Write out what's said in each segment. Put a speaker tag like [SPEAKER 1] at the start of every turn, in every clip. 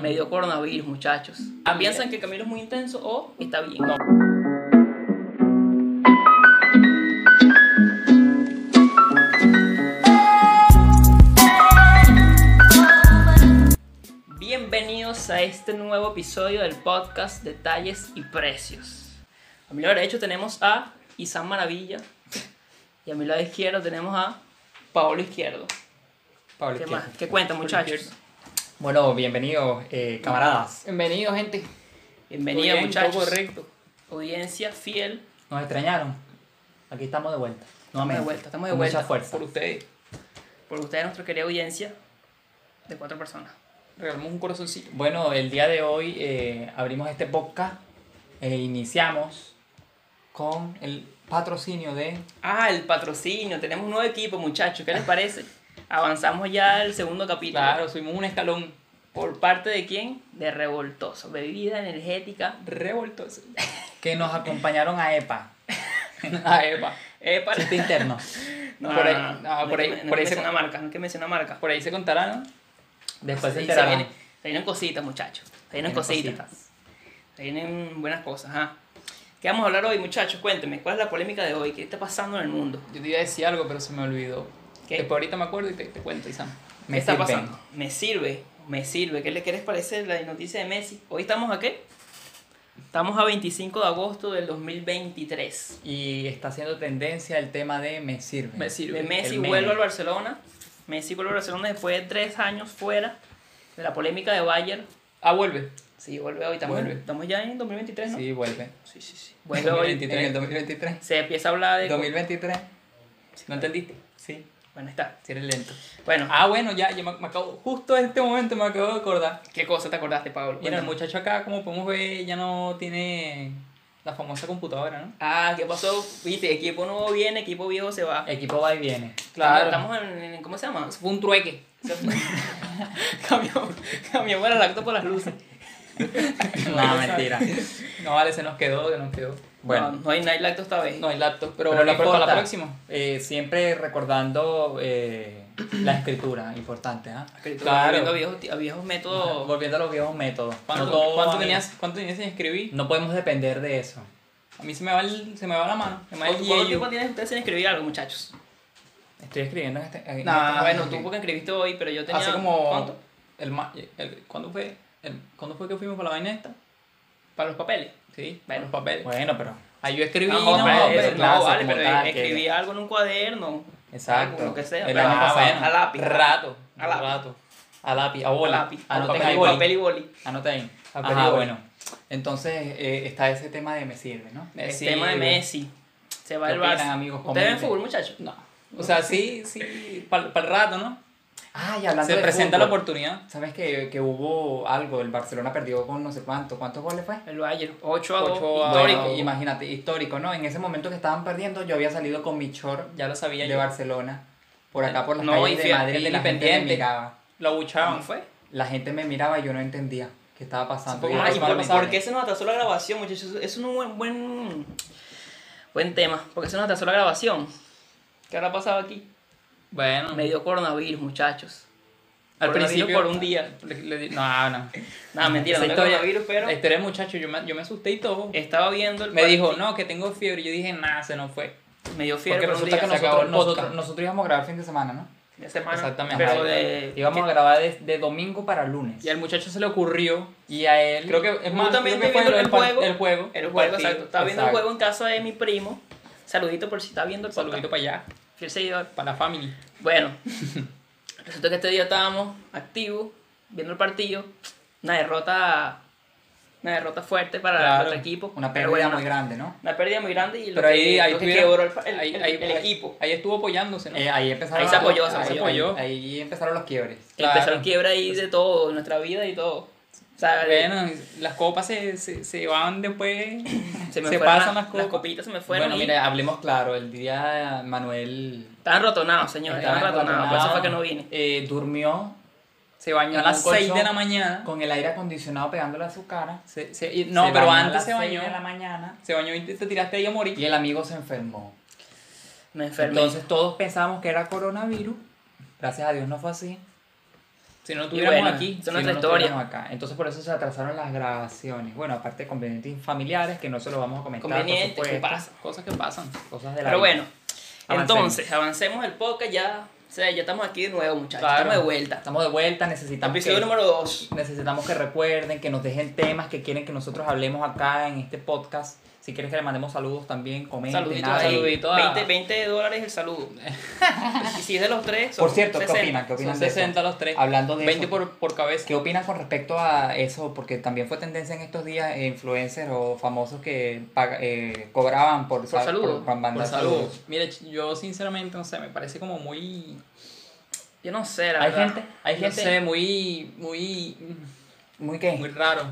[SPEAKER 1] me dio coronavirus, muchachos. Ah, ¿Piensan que Camilo es muy intenso o está bien? No. Bienvenidos a este nuevo episodio del podcast Detalles y Precios. A mi lado derecho tenemos a Isam Maravilla y a mi lado izquierdo tenemos a Paolo Izquierdo.
[SPEAKER 2] Pablo
[SPEAKER 1] ¿Qué
[SPEAKER 2] Izquierdo.
[SPEAKER 1] más? ¿Qué cuentan, muchachos?
[SPEAKER 2] Bueno, bienvenidos, eh, camaradas.
[SPEAKER 3] Bienvenido, gente.
[SPEAKER 1] Bienvenidos,
[SPEAKER 3] Todo bien, todo
[SPEAKER 1] muchachos.
[SPEAKER 3] correcto.
[SPEAKER 1] Audiencia fiel.
[SPEAKER 2] Nos extrañaron. Aquí estamos de vuelta.
[SPEAKER 1] Estamos de
[SPEAKER 2] nuevamente,
[SPEAKER 1] vuelta, estamos de
[SPEAKER 2] con
[SPEAKER 1] vuelta.
[SPEAKER 2] Mucha fuerza.
[SPEAKER 3] Por ustedes.
[SPEAKER 1] Por ustedes, nuestra querida audiencia de cuatro personas.
[SPEAKER 3] Regalamos un corazoncito.
[SPEAKER 2] Bueno, el día de hoy eh, abrimos este podcast e iniciamos con el patrocinio de
[SPEAKER 1] Ah, el patrocinio. Tenemos un nuevo equipo, muchachos. ¿Qué les parece? Avanzamos ya al segundo capítulo.
[SPEAKER 3] Claro, subimos un escalón
[SPEAKER 1] ¿Por parte de quién? De Revoltoso. Bebida energética.
[SPEAKER 3] revoltoso.
[SPEAKER 2] que nos acompañaron a EPA,
[SPEAKER 3] ah, epa.
[SPEAKER 1] Eh, para...
[SPEAKER 2] chiste interno.
[SPEAKER 1] No,
[SPEAKER 3] por ahí-
[SPEAKER 1] no, no,
[SPEAKER 3] ah,
[SPEAKER 1] no
[SPEAKER 3] por
[SPEAKER 1] hay que-
[SPEAKER 3] ahí-
[SPEAKER 1] no hay
[SPEAKER 3] por
[SPEAKER 1] que
[SPEAKER 3] ahí se-
[SPEAKER 1] mencionar marcas, no hay que mencionar marcas.
[SPEAKER 3] Por ahí se contará, ¿no?
[SPEAKER 2] Después se
[SPEAKER 1] Sí, se,
[SPEAKER 2] enteraron.
[SPEAKER 1] viene- se vienen cositas, muchachos. Se vienen
[SPEAKER 2] Vienen
[SPEAKER 1] cositas. Se vienen buenas cosas. ajá. ¿Qué vamos a hablar hoy, muchachos? Cuéntenme, ¿cuál es la polémica de hoy? ¿Qué está pasando en el mundo?
[SPEAKER 3] Yo te iba a decir algo, pero se me olvidó.
[SPEAKER 1] ¿Qué?
[SPEAKER 3] Después ahorita me acuerdo y te, te cuento, Isam.
[SPEAKER 2] Me
[SPEAKER 1] ¿Qué está
[SPEAKER 2] sirven.
[SPEAKER 1] pasando? Me sirve, me sirve. ¿Qué le- qué les parece la noticia de Messi? Hoy estamos a qué? Estamos a 25 de agosto del 2023.
[SPEAKER 2] Y está haciendo tendencia el tema de Me Sirve.
[SPEAKER 3] Me sirve.
[SPEAKER 1] De Messi
[SPEAKER 2] el meme.
[SPEAKER 1] vuelve al Barcelona. Messi vuelve al Barcelona después de tres años fuera de la polémica de Bayern.
[SPEAKER 3] Ah, vuelve.
[SPEAKER 1] Sí, vuelve hoy. Estamos,
[SPEAKER 2] Vuelve.
[SPEAKER 1] estamos ya en 2023, ¿no?
[SPEAKER 2] Sí, vuelve.
[SPEAKER 1] sí, sí. sí. Vuelve hoy. Eh.
[SPEAKER 2] 2023, en el 2023.
[SPEAKER 1] Se empieza a hablar de...
[SPEAKER 2] 2023.
[SPEAKER 3] ¿No entendiste?
[SPEAKER 2] Sí,
[SPEAKER 1] Bueno, está.
[SPEAKER 2] sí eres lento.
[SPEAKER 1] Bueno,
[SPEAKER 3] Ah, bueno, ya, yo me, me acabo. Justo en este momento me acabo de acordar.
[SPEAKER 1] ¿qué cosa te acordaste, Pablo?
[SPEAKER 3] Mira, el
[SPEAKER 1] Cuéntame.
[SPEAKER 3] muchacho acá, como podemos ver, ya no tiene la famosa computadora, ¿no?
[SPEAKER 1] Ah, ¿qué pasó? Viste, equipo nuevo viene, equipo viejo se va.
[SPEAKER 2] Equipo va y viene.
[SPEAKER 3] claro.
[SPEAKER 1] Estamos en- en ¿Cómo se llama?
[SPEAKER 3] Eso fue un trueque.
[SPEAKER 1] Se fue. cambió, cambió bueno, el acto por las luces.
[SPEAKER 2] No, mentira.
[SPEAKER 3] No, vale, se nos quedó, se nos quedó.
[SPEAKER 2] Bueno,
[SPEAKER 1] No, no hay night lacto esta vez.
[SPEAKER 3] No hay laptop, pero,
[SPEAKER 2] pero,
[SPEAKER 3] la,
[SPEAKER 2] no
[SPEAKER 3] para
[SPEAKER 2] importa.
[SPEAKER 3] la próxima.
[SPEAKER 2] Eh, siempre recordando eh, la escritura, importante. ¿ah?
[SPEAKER 1] Escritura,
[SPEAKER 3] claro.
[SPEAKER 1] volviendo A viejos, ti- a viejos métodos.
[SPEAKER 2] Volviendo a los viejos métodos.
[SPEAKER 3] ¿Cuánto,
[SPEAKER 2] No todo
[SPEAKER 3] cuánto
[SPEAKER 2] va bien.
[SPEAKER 3] tenías, ¿Cuánto tenías sin escribir?
[SPEAKER 2] No podemos depender de eso.
[SPEAKER 3] A mí se me va, el- se me va la mano. Se me va el
[SPEAKER 1] ¿Cuánto cuánto tiempo
[SPEAKER 3] yello.
[SPEAKER 1] tienen ustedes sin escribir algo, muchachos?
[SPEAKER 2] Estoy escribiendo en este. en
[SPEAKER 3] Nah,
[SPEAKER 2] este-
[SPEAKER 1] Eh, bueno, tú porque escribiste hoy, pero yo tenía.
[SPEAKER 3] Hace como...
[SPEAKER 1] ¿Cuánto?
[SPEAKER 3] El, ma- el- ¿Cuándo fue? El, ¿Cuándo fue que fuimos para la vaina esta?
[SPEAKER 1] Para los papeles.
[SPEAKER 3] Sí, para
[SPEAKER 1] Bueno.
[SPEAKER 3] los papeles.
[SPEAKER 2] Bueno, pero.
[SPEAKER 3] Ahí yo escribí,
[SPEAKER 1] Ah,
[SPEAKER 3] no,
[SPEAKER 1] no,
[SPEAKER 2] pero-
[SPEAKER 1] pero-
[SPEAKER 3] pero-
[SPEAKER 2] es
[SPEAKER 1] no,
[SPEAKER 2] clase,
[SPEAKER 1] vale,
[SPEAKER 2] como
[SPEAKER 1] pero
[SPEAKER 2] tal, que-
[SPEAKER 1] escribí algo en un cuaderno.
[SPEAKER 2] Exacto.
[SPEAKER 1] Lo que sea,
[SPEAKER 2] El
[SPEAKER 1] pero-
[SPEAKER 2] año
[SPEAKER 1] ah,
[SPEAKER 2] pasado.
[SPEAKER 1] bueno. A lápiz.
[SPEAKER 3] Rato.
[SPEAKER 1] A lápiz.
[SPEAKER 3] Rato.
[SPEAKER 2] A lápiz, a bola.
[SPEAKER 1] A lápiz,
[SPEAKER 2] Ah, no,
[SPEAKER 1] con papel,
[SPEAKER 2] tengo
[SPEAKER 1] y
[SPEAKER 2] ahí.
[SPEAKER 1] boli. papel y boli.
[SPEAKER 2] Anota ahí.
[SPEAKER 3] Ah,
[SPEAKER 2] Ajá,
[SPEAKER 3] pero-
[SPEAKER 2] bueno. Entonces eh, está ese tema de me sirve, ¿no?
[SPEAKER 3] Me
[SPEAKER 1] El
[SPEAKER 3] sirve.
[SPEAKER 1] tema de Messi. Se va
[SPEAKER 2] ¿Qué
[SPEAKER 1] el Barça.
[SPEAKER 2] opinan, amigos?
[SPEAKER 1] ¿Ustedes ven
[SPEAKER 2] Comenten.
[SPEAKER 1] fútbol, muchachos?
[SPEAKER 3] No. O sea, sí, sí, para el rato, ¿no?
[SPEAKER 2] Ah, y hablando
[SPEAKER 3] Se
[SPEAKER 2] de
[SPEAKER 3] presenta la
[SPEAKER 2] fútbol,
[SPEAKER 3] oportunidad.
[SPEAKER 2] ¿Sabes que, que hubo algo? El Barcelona perdió con no sé cuánto. ¿Cuántos goles fue?
[SPEAKER 1] El Bayern. 8 a 2.
[SPEAKER 3] Ocho a-
[SPEAKER 1] histórico.
[SPEAKER 2] Bueno, imagínate, histórico, ¿no? En ese momento que estaban perdiendo, yo había salido con mi short
[SPEAKER 3] Ya lo sabía
[SPEAKER 2] de
[SPEAKER 3] yo.
[SPEAKER 2] Barcelona por acá por las
[SPEAKER 3] No, y
[SPEAKER 2] calles de
[SPEAKER 3] fíjate,
[SPEAKER 2] Madrid
[SPEAKER 3] el
[SPEAKER 2] y la gente me
[SPEAKER 3] Independiente.
[SPEAKER 2] miraba.
[SPEAKER 3] Lo
[SPEAKER 1] ¿Cómo
[SPEAKER 3] abuchaban.
[SPEAKER 1] fue?
[SPEAKER 2] La gente me miraba y yo no entendía qué estaba pasando. Y
[SPEAKER 3] ah, Sí, fue
[SPEAKER 2] la
[SPEAKER 1] Ay,
[SPEAKER 3] la
[SPEAKER 2] semana
[SPEAKER 1] ¿por,
[SPEAKER 2] pasada-
[SPEAKER 1] por qué se nos atrasó la grabación, muchachos? Es un buen, buen, buen tema. ¿Por qué se nos atrasó la grabación? ¿Qué habrá pasado aquí?
[SPEAKER 3] Bueno.
[SPEAKER 1] Me dio coronavirus, muchachos.
[SPEAKER 3] Al
[SPEAKER 1] Coronavirus
[SPEAKER 3] principio
[SPEAKER 1] por un día.
[SPEAKER 3] le- le di- no, no.
[SPEAKER 1] Nada, mentira, no
[SPEAKER 3] Esa
[SPEAKER 1] me
[SPEAKER 3] historia-
[SPEAKER 1] coronavirus, pero
[SPEAKER 3] La historia del muchacho, yo me, yo me asusté y todo.
[SPEAKER 1] estaba viendo el
[SPEAKER 3] Me dijo,
[SPEAKER 1] partido.
[SPEAKER 3] no, que tengo fiebre. Yo dije, nada, se nos fue.
[SPEAKER 1] Me dio fiebre
[SPEAKER 3] porque
[SPEAKER 1] por un
[SPEAKER 3] resulta
[SPEAKER 1] día.
[SPEAKER 3] que
[SPEAKER 1] se
[SPEAKER 3] nos-
[SPEAKER 1] acabó
[SPEAKER 2] Nosotros,
[SPEAKER 3] el podcast.
[SPEAKER 2] nosotros, nosotros íbamos a grabar fin de semana, ¿no?
[SPEAKER 1] la semana.
[SPEAKER 3] Exactamente.
[SPEAKER 1] Pero
[SPEAKER 3] Ajá,
[SPEAKER 1] de...
[SPEAKER 2] Íbamos a grabar de, de domingo para lunes.
[SPEAKER 3] Y al muchacho se le ocurrió.
[SPEAKER 2] Y a él.
[SPEAKER 3] Creo que es más,
[SPEAKER 1] Justamente
[SPEAKER 3] creo
[SPEAKER 1] viendo
[SPEAKER 3] que fue
[SPEAKER 1] el
[SPEAKER 3] par-
[SPEAKER 1] juego,
[SPEAKER 3] El juego. pues,
[SPEAKER 1] El
[SPEAKER 3] el
[SPEAKER 1] juego,
[SPEAKER 3] partido.
[SPEAKER 1] exacto. Estaba viendo el
[SPEAKER 2] exacto.
[SPEAKER 1] juego en casa de mi primo. Saludito por si está viendo el
[SPEAKER 3] Saludito
[SPEAKER 1] podcast.
[SPEAKER 3] para allá,
[SPEAKER 1] Fiel seguidor.
[SPEAKER 3] para la family.
[SPEAKER 1] Bueno, resulta que este día estábamos activos, viendo el partido. Una derrota, una derrota fuerte para
[SPEAKER 3] Claro,
[SPEAKER 1] nuestro equipo.
[SPEAKER 2] Una
[SPEAKER 1] pero
[SPEAKER 2] pérdida
[SPEAKER 1] bueno,
[SPEAKER 2] muy grande, ¿no?
[SPEAKER 1] Una pérdida muy grande y lo
[SPEAKER 3] Pero
[SPEAKER 1] que,
[SPEAKER 3] ahí, ahí
[SPEAKER 1] lo que
[SPEAKER 3] tuviera-
[SPEAKER 1] quebró el, el-
[SPEAKER 3] ahí-
[SPEAKER 1] el-
[SPEAKER 3] ahí-
[SPEAKER 1] el equipo.
[SPEAKER 3] Ahí estuvo apoyándose, ¿no?
[SPEAKER 2] Eh, ahí empezaron
[SPEAKER 1] Ahí se apoyó,
[SPEAKER 2] ahí,
[SPEAKER 1] se
[SPEAKER 2] ahí-
[SPEAKER 3] apoyó.
[SPEAKER 2] ahí empezaron los quiebres.
[SPEAKER 3] claro.
[SPEAKER 1] Empezó el quiebre ahí de todo, nuestra vida y todo. O sea,
[SPEAKER 3] Bueno, las copas se, se, se van después.
[SPEAKER 1] se me
[SPEAKER 3] se
[SPEAKER 1] fueron
[SPEAKER 3] pasan
[SPEAKER 1] las,
[SPEAKER 3] las
[SPEAKER 1] las
[SPEAKER 3] copas.
[SPEAKER 1] copitas, se me fueron.
[SPEAKER 2] bueno,
[SPEAKER 1] y
[SPEAKER 2] mira, hablemos claro. El día Manuel.
[SPEAKER 1] Estaban rotonados, señores, estaban
[SPEAKER 2] estaba
[SPEAKER 1] rotonados. Por
[SPEAKER 2] enratonado,
[SPEAKER 1] eso fue que no vine.
[SPEAKER 2] eh, durmió
[SPEAKER 3] Se bañó a
[SPEAKER 2] En
[SPEAKER 3] las
[SPEAKER 2] un
[SPEAKER 3] 6
[SPEAKER 2] colchón.
[SPEAKER 3] de la mañana.
[SPEAKER 2] con el aire acondicionado pegándole a su cara.
[SPEAKER 3] Se- se- y- no,
[SPEAKER 2] Se
[SPEAKER 3] pero
[SPEAKER 2] bañó a
[SPEAKER 3] antes
[SPEAKER 2] las
[SPEAKER 3] se
[SPEAKER 2] seis
[SPEAKER 3] bañó.
[SPEAKER 2] de la mañana.
[SPEAKER 3] Se bañó y te te tiraste ahí a morir.
[SPEAKER 2] Y el amigo se enfermó.
[SPEAKER 1] Me enfermé.
[SPEAKER 2] Entonces todos pensábamos que era coronavirus. Gracias a Dios no fue así.
[SPEAKER 3] Si no
[SPEAKER 1] Y
[SPEAKER 3] tuviéramos
[SPEAKER 1] bueno,
[SPEAKER 3] aquí,
[SPEAKER 1] son
[SPEAKER 3] si
[SPEAKER 1] otra
[SPEAKER 3] no
[SPEAKER 2] no
[SPEAKER 1] historia.
[SPEAKER 2] estuviéramos acá. Entonces por eso se atrasaron las grabaciones. Bueno, aparte de convenientes familiares que no se lo vamos a comentar. por
[SPEAKER 1] Conveniente, que
[SPEAKER 2] supuesto.
[SPEAKER 1] pasa,
[SPEAKER 3] cosas que pasan.
[SPEAKER 2] Cosas pues, de la
[SPEAKER 1] Pero
[SPEAKER 2] vida.
[SPEAKER 1] bueno,
[SPEAKER 2] Avancemos.
[SPEAKER 1] entonces, avancemos el podcast ya. O sea, ya estamos aquí de nuevo, muchachos.
[SPEAKER 2] Claro.
[SPEAKER 1] Estamos de vuelta.
[SPEAKER 2] Estamos de vuelta, necesitamos
[SPEAKER 1] Episodio
[SPEAKER 2] que,
[SPEAKER 1] número 2.
[SPEAKER 2] necesitamos que recuerden, que nos dejen temas que quieren que nosotros hablemos acá en este podcast. Si quieres que le mandemos saludos también, comenten.
[SPEAKER 1] Saluditos
[SPEAKER 2] nada.
[SPEAKER 1] ahí.
[SPEAKER 3] saludito a-
[SPEAKER 1] 20, 20 dólares el saludo. y si es de los tres, son
[SPEAKER 2] Por cierto, ¿qué
[SPEAKER 1] 60.
[SPEAKER 2] opinan? ¿Qué opinan
[SPEAKER 3] Son
[SPEAKER 2] de eso?
[SPEAKER 3] 60 los tres.
[SPEAKER 2] Hablando de
[SPEAKER 3] 20
[SPEAKER 2] eso,
[SPEAKER 3] por, por cabeza.
[SPEAKER 2] ¿Qué opinas con respecto a eso? Porque también fue tendencia en estos días eh, influencers o famosos que paga- eh, cobraban por,
[SPEAKER 1] Por saludos.
[SPEAKER 2] por mandar
[SPEAKER 3] Por salud.
[SPEAKER 2] saludos.
[SPEAKER 3] Mira, ch- yo sinceramente no sé, me parece como muy.
[SPEAKER 1] Yo no sé, la
[SPEAKER 2] Hay
[SPEAKER 1] verdad.
[SPEAKER 2] gente,
[SPEAKER 3] Hay
[SPEAKER 2] hay
[SPEAKER 3] no
[SPEAKER 2] gente
[SPEAKER 3] sé, muy. Muy.
[SPEAKER 2] muy que.
[SPEAKER 3] Muy raro.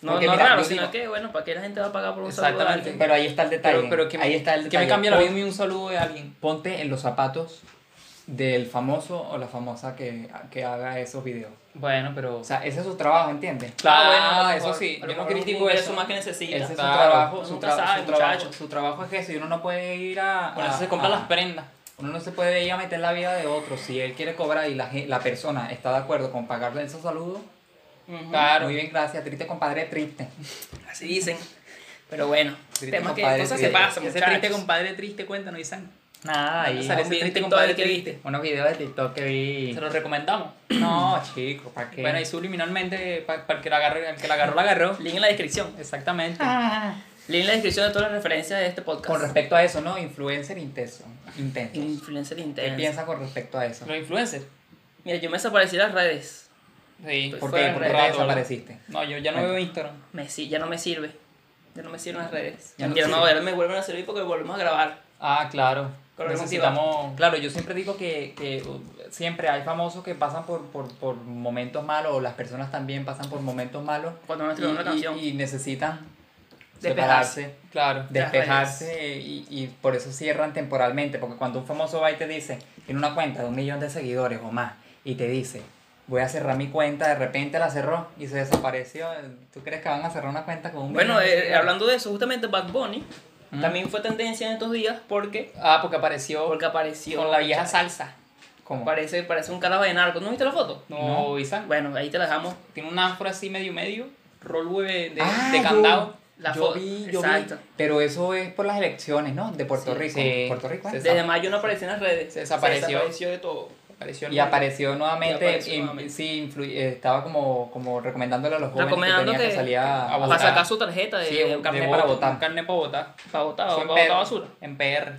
[SPEAKER 1] No,
[SPEAKER 2] Porque
[SPEAKER 1] no
[SPEAKER 2] mira,
[SPEAKER 1] raro,
[SPEAKER 2] yo
[SPEAKER 1] sino
[SPEAKER 2] digo-
[SPEAKER 1] que, bueno, ¿para qué la gente va a pagar por un saludo?
[SPEAKER 3] Exactamente.
[SPEAKER 1] a alguien?
[SPEAKER 2] Pero ahí está el detalle.
[SPEAKER 3] Pero, pero que,
[SPEAKER 2] ahí está el
[SPEAKER 3] que me
[SPEAKER 2] detalle. Oh.
[SPEAKER 3] cambia la
[SPEAKER 2] Pon-
[SPEAKER 3] vida a mí un saludo de alguien.
[SPEAKER 2] Ponte en los zapatos del famoso o la famosa que, que haga esos videos.
[SPEAKER 3] Bueno, pero.
[SPEAKER 2] O sea, ese es su trabajo, ¿entiendes? Ah,
[SPEAKER 3] Claro,
[SPEAKER 1] Ah, a lo
[SPEAKER 3] eso
[SPEAKER 1] mejor,
[SPEAKER 3] sí.
[SPEAKER 1] a lo
[SPEAKER 3] Yo no
[SPEAKER 1] mejor
[SPEAKER 3] critico
[SPEAKER 1] un ingreso
[SPEAKER 3] eso.
[SPEAKER 1] más que necesita.
[SPEAKER 2] Ese es su
[SPEAKER 3] claro.
[SPEAKER 2] trabajo,
[SPEAKER 1] Uno
[SPEAKER 2] su,
[SPEAKER 1] nunca
[SPEAKER 2] tra-
[SPEAKER 1] sabe,
[SPEAKER 2] su trabajo,
[SPEAKER 1] muchacho.
[SPEAKER 2] su trabajo es eso y uno no puede ir a...
[SPEAKER 3] Por
[SPEAKER 2] a-
[SPEAKER 3] eso se compran
[SPEAKER 2] a-
[SPEAKER 3] las prendas.
[SPEAKER 2] Uno no se puede ir a meter la vida de otro. Si él quiere cobrar y la, gen- la persona está de acuerdo con pagarle esos saludos,
[SPEAKER 1] Ujú.
[SPEAKER 3] Claro.
[SPEAKER 2] muy bien, gracias. Triste compadre, triste.
[SPEAKER 1] Así dicen. Pero bueno,
[SPEAKER 2] Triste
[SPEAKER 1] temas que
[SPEAKER 2] compadre,
[SPEAKER 1] cosas
[SPEAKER 2] triste.
[SPEAKER 1] que pasan,
[SPEAKER 3] Ese
[SPEAKER 1] muchachos.
[SPEAKER 3] triste compadre triste cuenta, no dicen.
[SPEAKER 2] Nada, ahí.
[SPEAKER 1] sale un
[SPEAKER 3] Sale
[SPEAKER 1] video en
[SPEAKER 3] ese triste
[SPEAKER 1] TikTok
[SPEAKER 3] compadre
[SPEAKER 1] ahí que
[SPEAKER 3] triste.
[SPEAKER 2] Unos videos de TikTok que vi.
[SPEAKER 3] Se lo recomendamos.
[SPEAKER 2] No, chico, ¿para qué?
[SPEAKER 3] Bueno, y subliminalmente, para el que la agarre, al que la agarró, la agarró.
[SPEAKER 1] Link en la descripción.
[SPEAKER 3] Exactamente.
[SPEAKER 2] Ah.
[SPEAKER 1] Link en la descripción de todas las referencias de este podcast.
[SPEAKER 2] Con respecto a eso, ¿no? Influencer intenso. Intenso.
[SPEAKER 1] Influencer
[SPEAKER 2] ¿Qué
[SPEAKER 1] intenso.
[SPEAKER 2] piensas con respecto a eso?
[SPEAKER 3] Los influencers.
[SPEAKER 1] Mira, yo me desaparecí de las redes.
[SPEAKER 3] Sí,
[SPEAKER 1] Pues
[SPEAKER 2] ¿Por
[SPEAKER 1] fue
[SPEAKER 2] qué?
[SPEAKER 1] un
[SPEAKER 2] ¿Por qué te
[SPEAKER 1] rato,
[SPEAKER 2] desapareciste?
[SPEAKER 3] No, yo ya no
[SPEAKER 2] Bueno.
[SPEAKER 3] veo Instagram.
[SPEAKER 1] Me, si- ya no me sirve. Ya no me sirven las redes.
[SPEAKER 2] Ya no
[SPEAKER 1] Quiero
[SPEAKER 2] te
[SPEAKER 1] no,
[SPEAKER 2] sirve.
[SPEAKER 1] ahora me vuelven a servir porque volvemos a grabar.
[SPEAKER 2] Ah, claro.
[SPEAKER 1] Con el
[SPEAKER 2] Necesitamos, claro, yo siempre digo que, que uh, siempre hay famosos que pasan por, por, por momentos malos, o las personas también pasan por momentos malos
[SPEAKER 1] Cuando me
[SPEAKER 2] y,
[SPEAKER 1] estrenó una
[SPEAKER 2] y-
[SPEAKER 1] canción.
[SPEAKER 2] y necesitan
[SPEAKER 1] Despejarse.
[SPEAKER 2] separarse,
[SPEAKER 3] Claro.
[SPEAKER 1] Las
[SPEAKER 2] despejarse y, y por eso cierran temporalmente, porque cuando un famoso va y te dice, tiene una cuenta de un millón de seguidores o más, y te dice, voy a cerrar mi cuenta, de repente la cerró y se desapareció, ¿tú crees que van a cerrar una cuenta con un
[SPEAKER 1] bueno,
[SPEAKER 2] millón de
[SPEAKER 1] eh,
[SPEAKER 2] seguidores?
[SPEAKER 1] hablando de eso, justamente Bad Bunny
[SPEAKER 3] Mm.
[SPEAKER 1] también fue tendencia en estos días porque,
[SPEAKER 3] Ah, porque apareció
[SPEAKER 1] porque apareció.
[SPEAKER 3] con la vieja salsa.
[SPEAKER 2] ¿Cómo?
[SPEAKER 1] Parece, parece un carajo de narco. ¿No viste la foto?
[SPEAKER 3] No, Isa.
[SPEAKER 1] Bueno, ahí te la dejamos.
[SPEAKER 3] Tiene un afro así medio medio, roll de, de,
[SPEAKER 2] Ah,
[SPEAKER 3] de
[SPEAKER 2] yo-
[SPEAKER 3] candado.
[SPEAKER 1] La
[SPEAKER 2] yo
[SPEAKER 1] foto.
[SPEAKER 2] vi, yo vi.
[SPEAKER 1] Exacto.
[SPEAKER 2] Pero eso es por las elecciones, ¿no? De Puerto
[SPEAKER 1] Sí,
[SPEAKER 2] Rico.
[SPEAKER 3] sí.
[SPEAKER 2] Puerto Rico. ¿eh?
[SPEAKER 3] Sí,
[SPEAKER 1] Desde mayo no apareció en las redes.
[SPEAKER 3] Se desapareció.
[SPEAKER 1] Se desapareció de todo.
[SPEAKER 3] Apareció el
[SPEAKER 2] Y apareció nuevamente,
[SPEAKER 1] Y apareció
[SPEAKER 2] y-
[SPEAKER 1] nuevamente.
[SPEAKER 2] sí, influ- eh, estaba como, como recomendándole a los jóvenes que
[SPEAKER 1] Recomendando
[SPEAKER 2] tenían que,
[SPEAKER 1] que-
[SPEAKER 2] salir a,
[SPEAKER 3] a
[SPEAKER 2] a
[SPEAKER 1] Para
[SPEAKER 3] votar.
[SPEAKER 1] sacar su tarjeta de,
[SPEAKER 2] Sí,
[SPEAKER 1] de
[SPEAKER 2] un
[SPEAKER 1] carnet
[SPEAKER 2] de
[SPEAKER 1] para
[SPEAKER 2] voto.
[SPEAKER 1] votar.
[SPEAKER 2] votar.
[SPEAKER 3] Un carne para votar.
[SPEAKER 1] Para votar,
[SPEAKER 3] Fue
[SPEAKER 1] para
[SPEAKER 3] en
[SPEAKER 1] botar
[SPEAKER 3] PR,
[SPEAKER 1] basura.
[SPEAKER 3] En PR.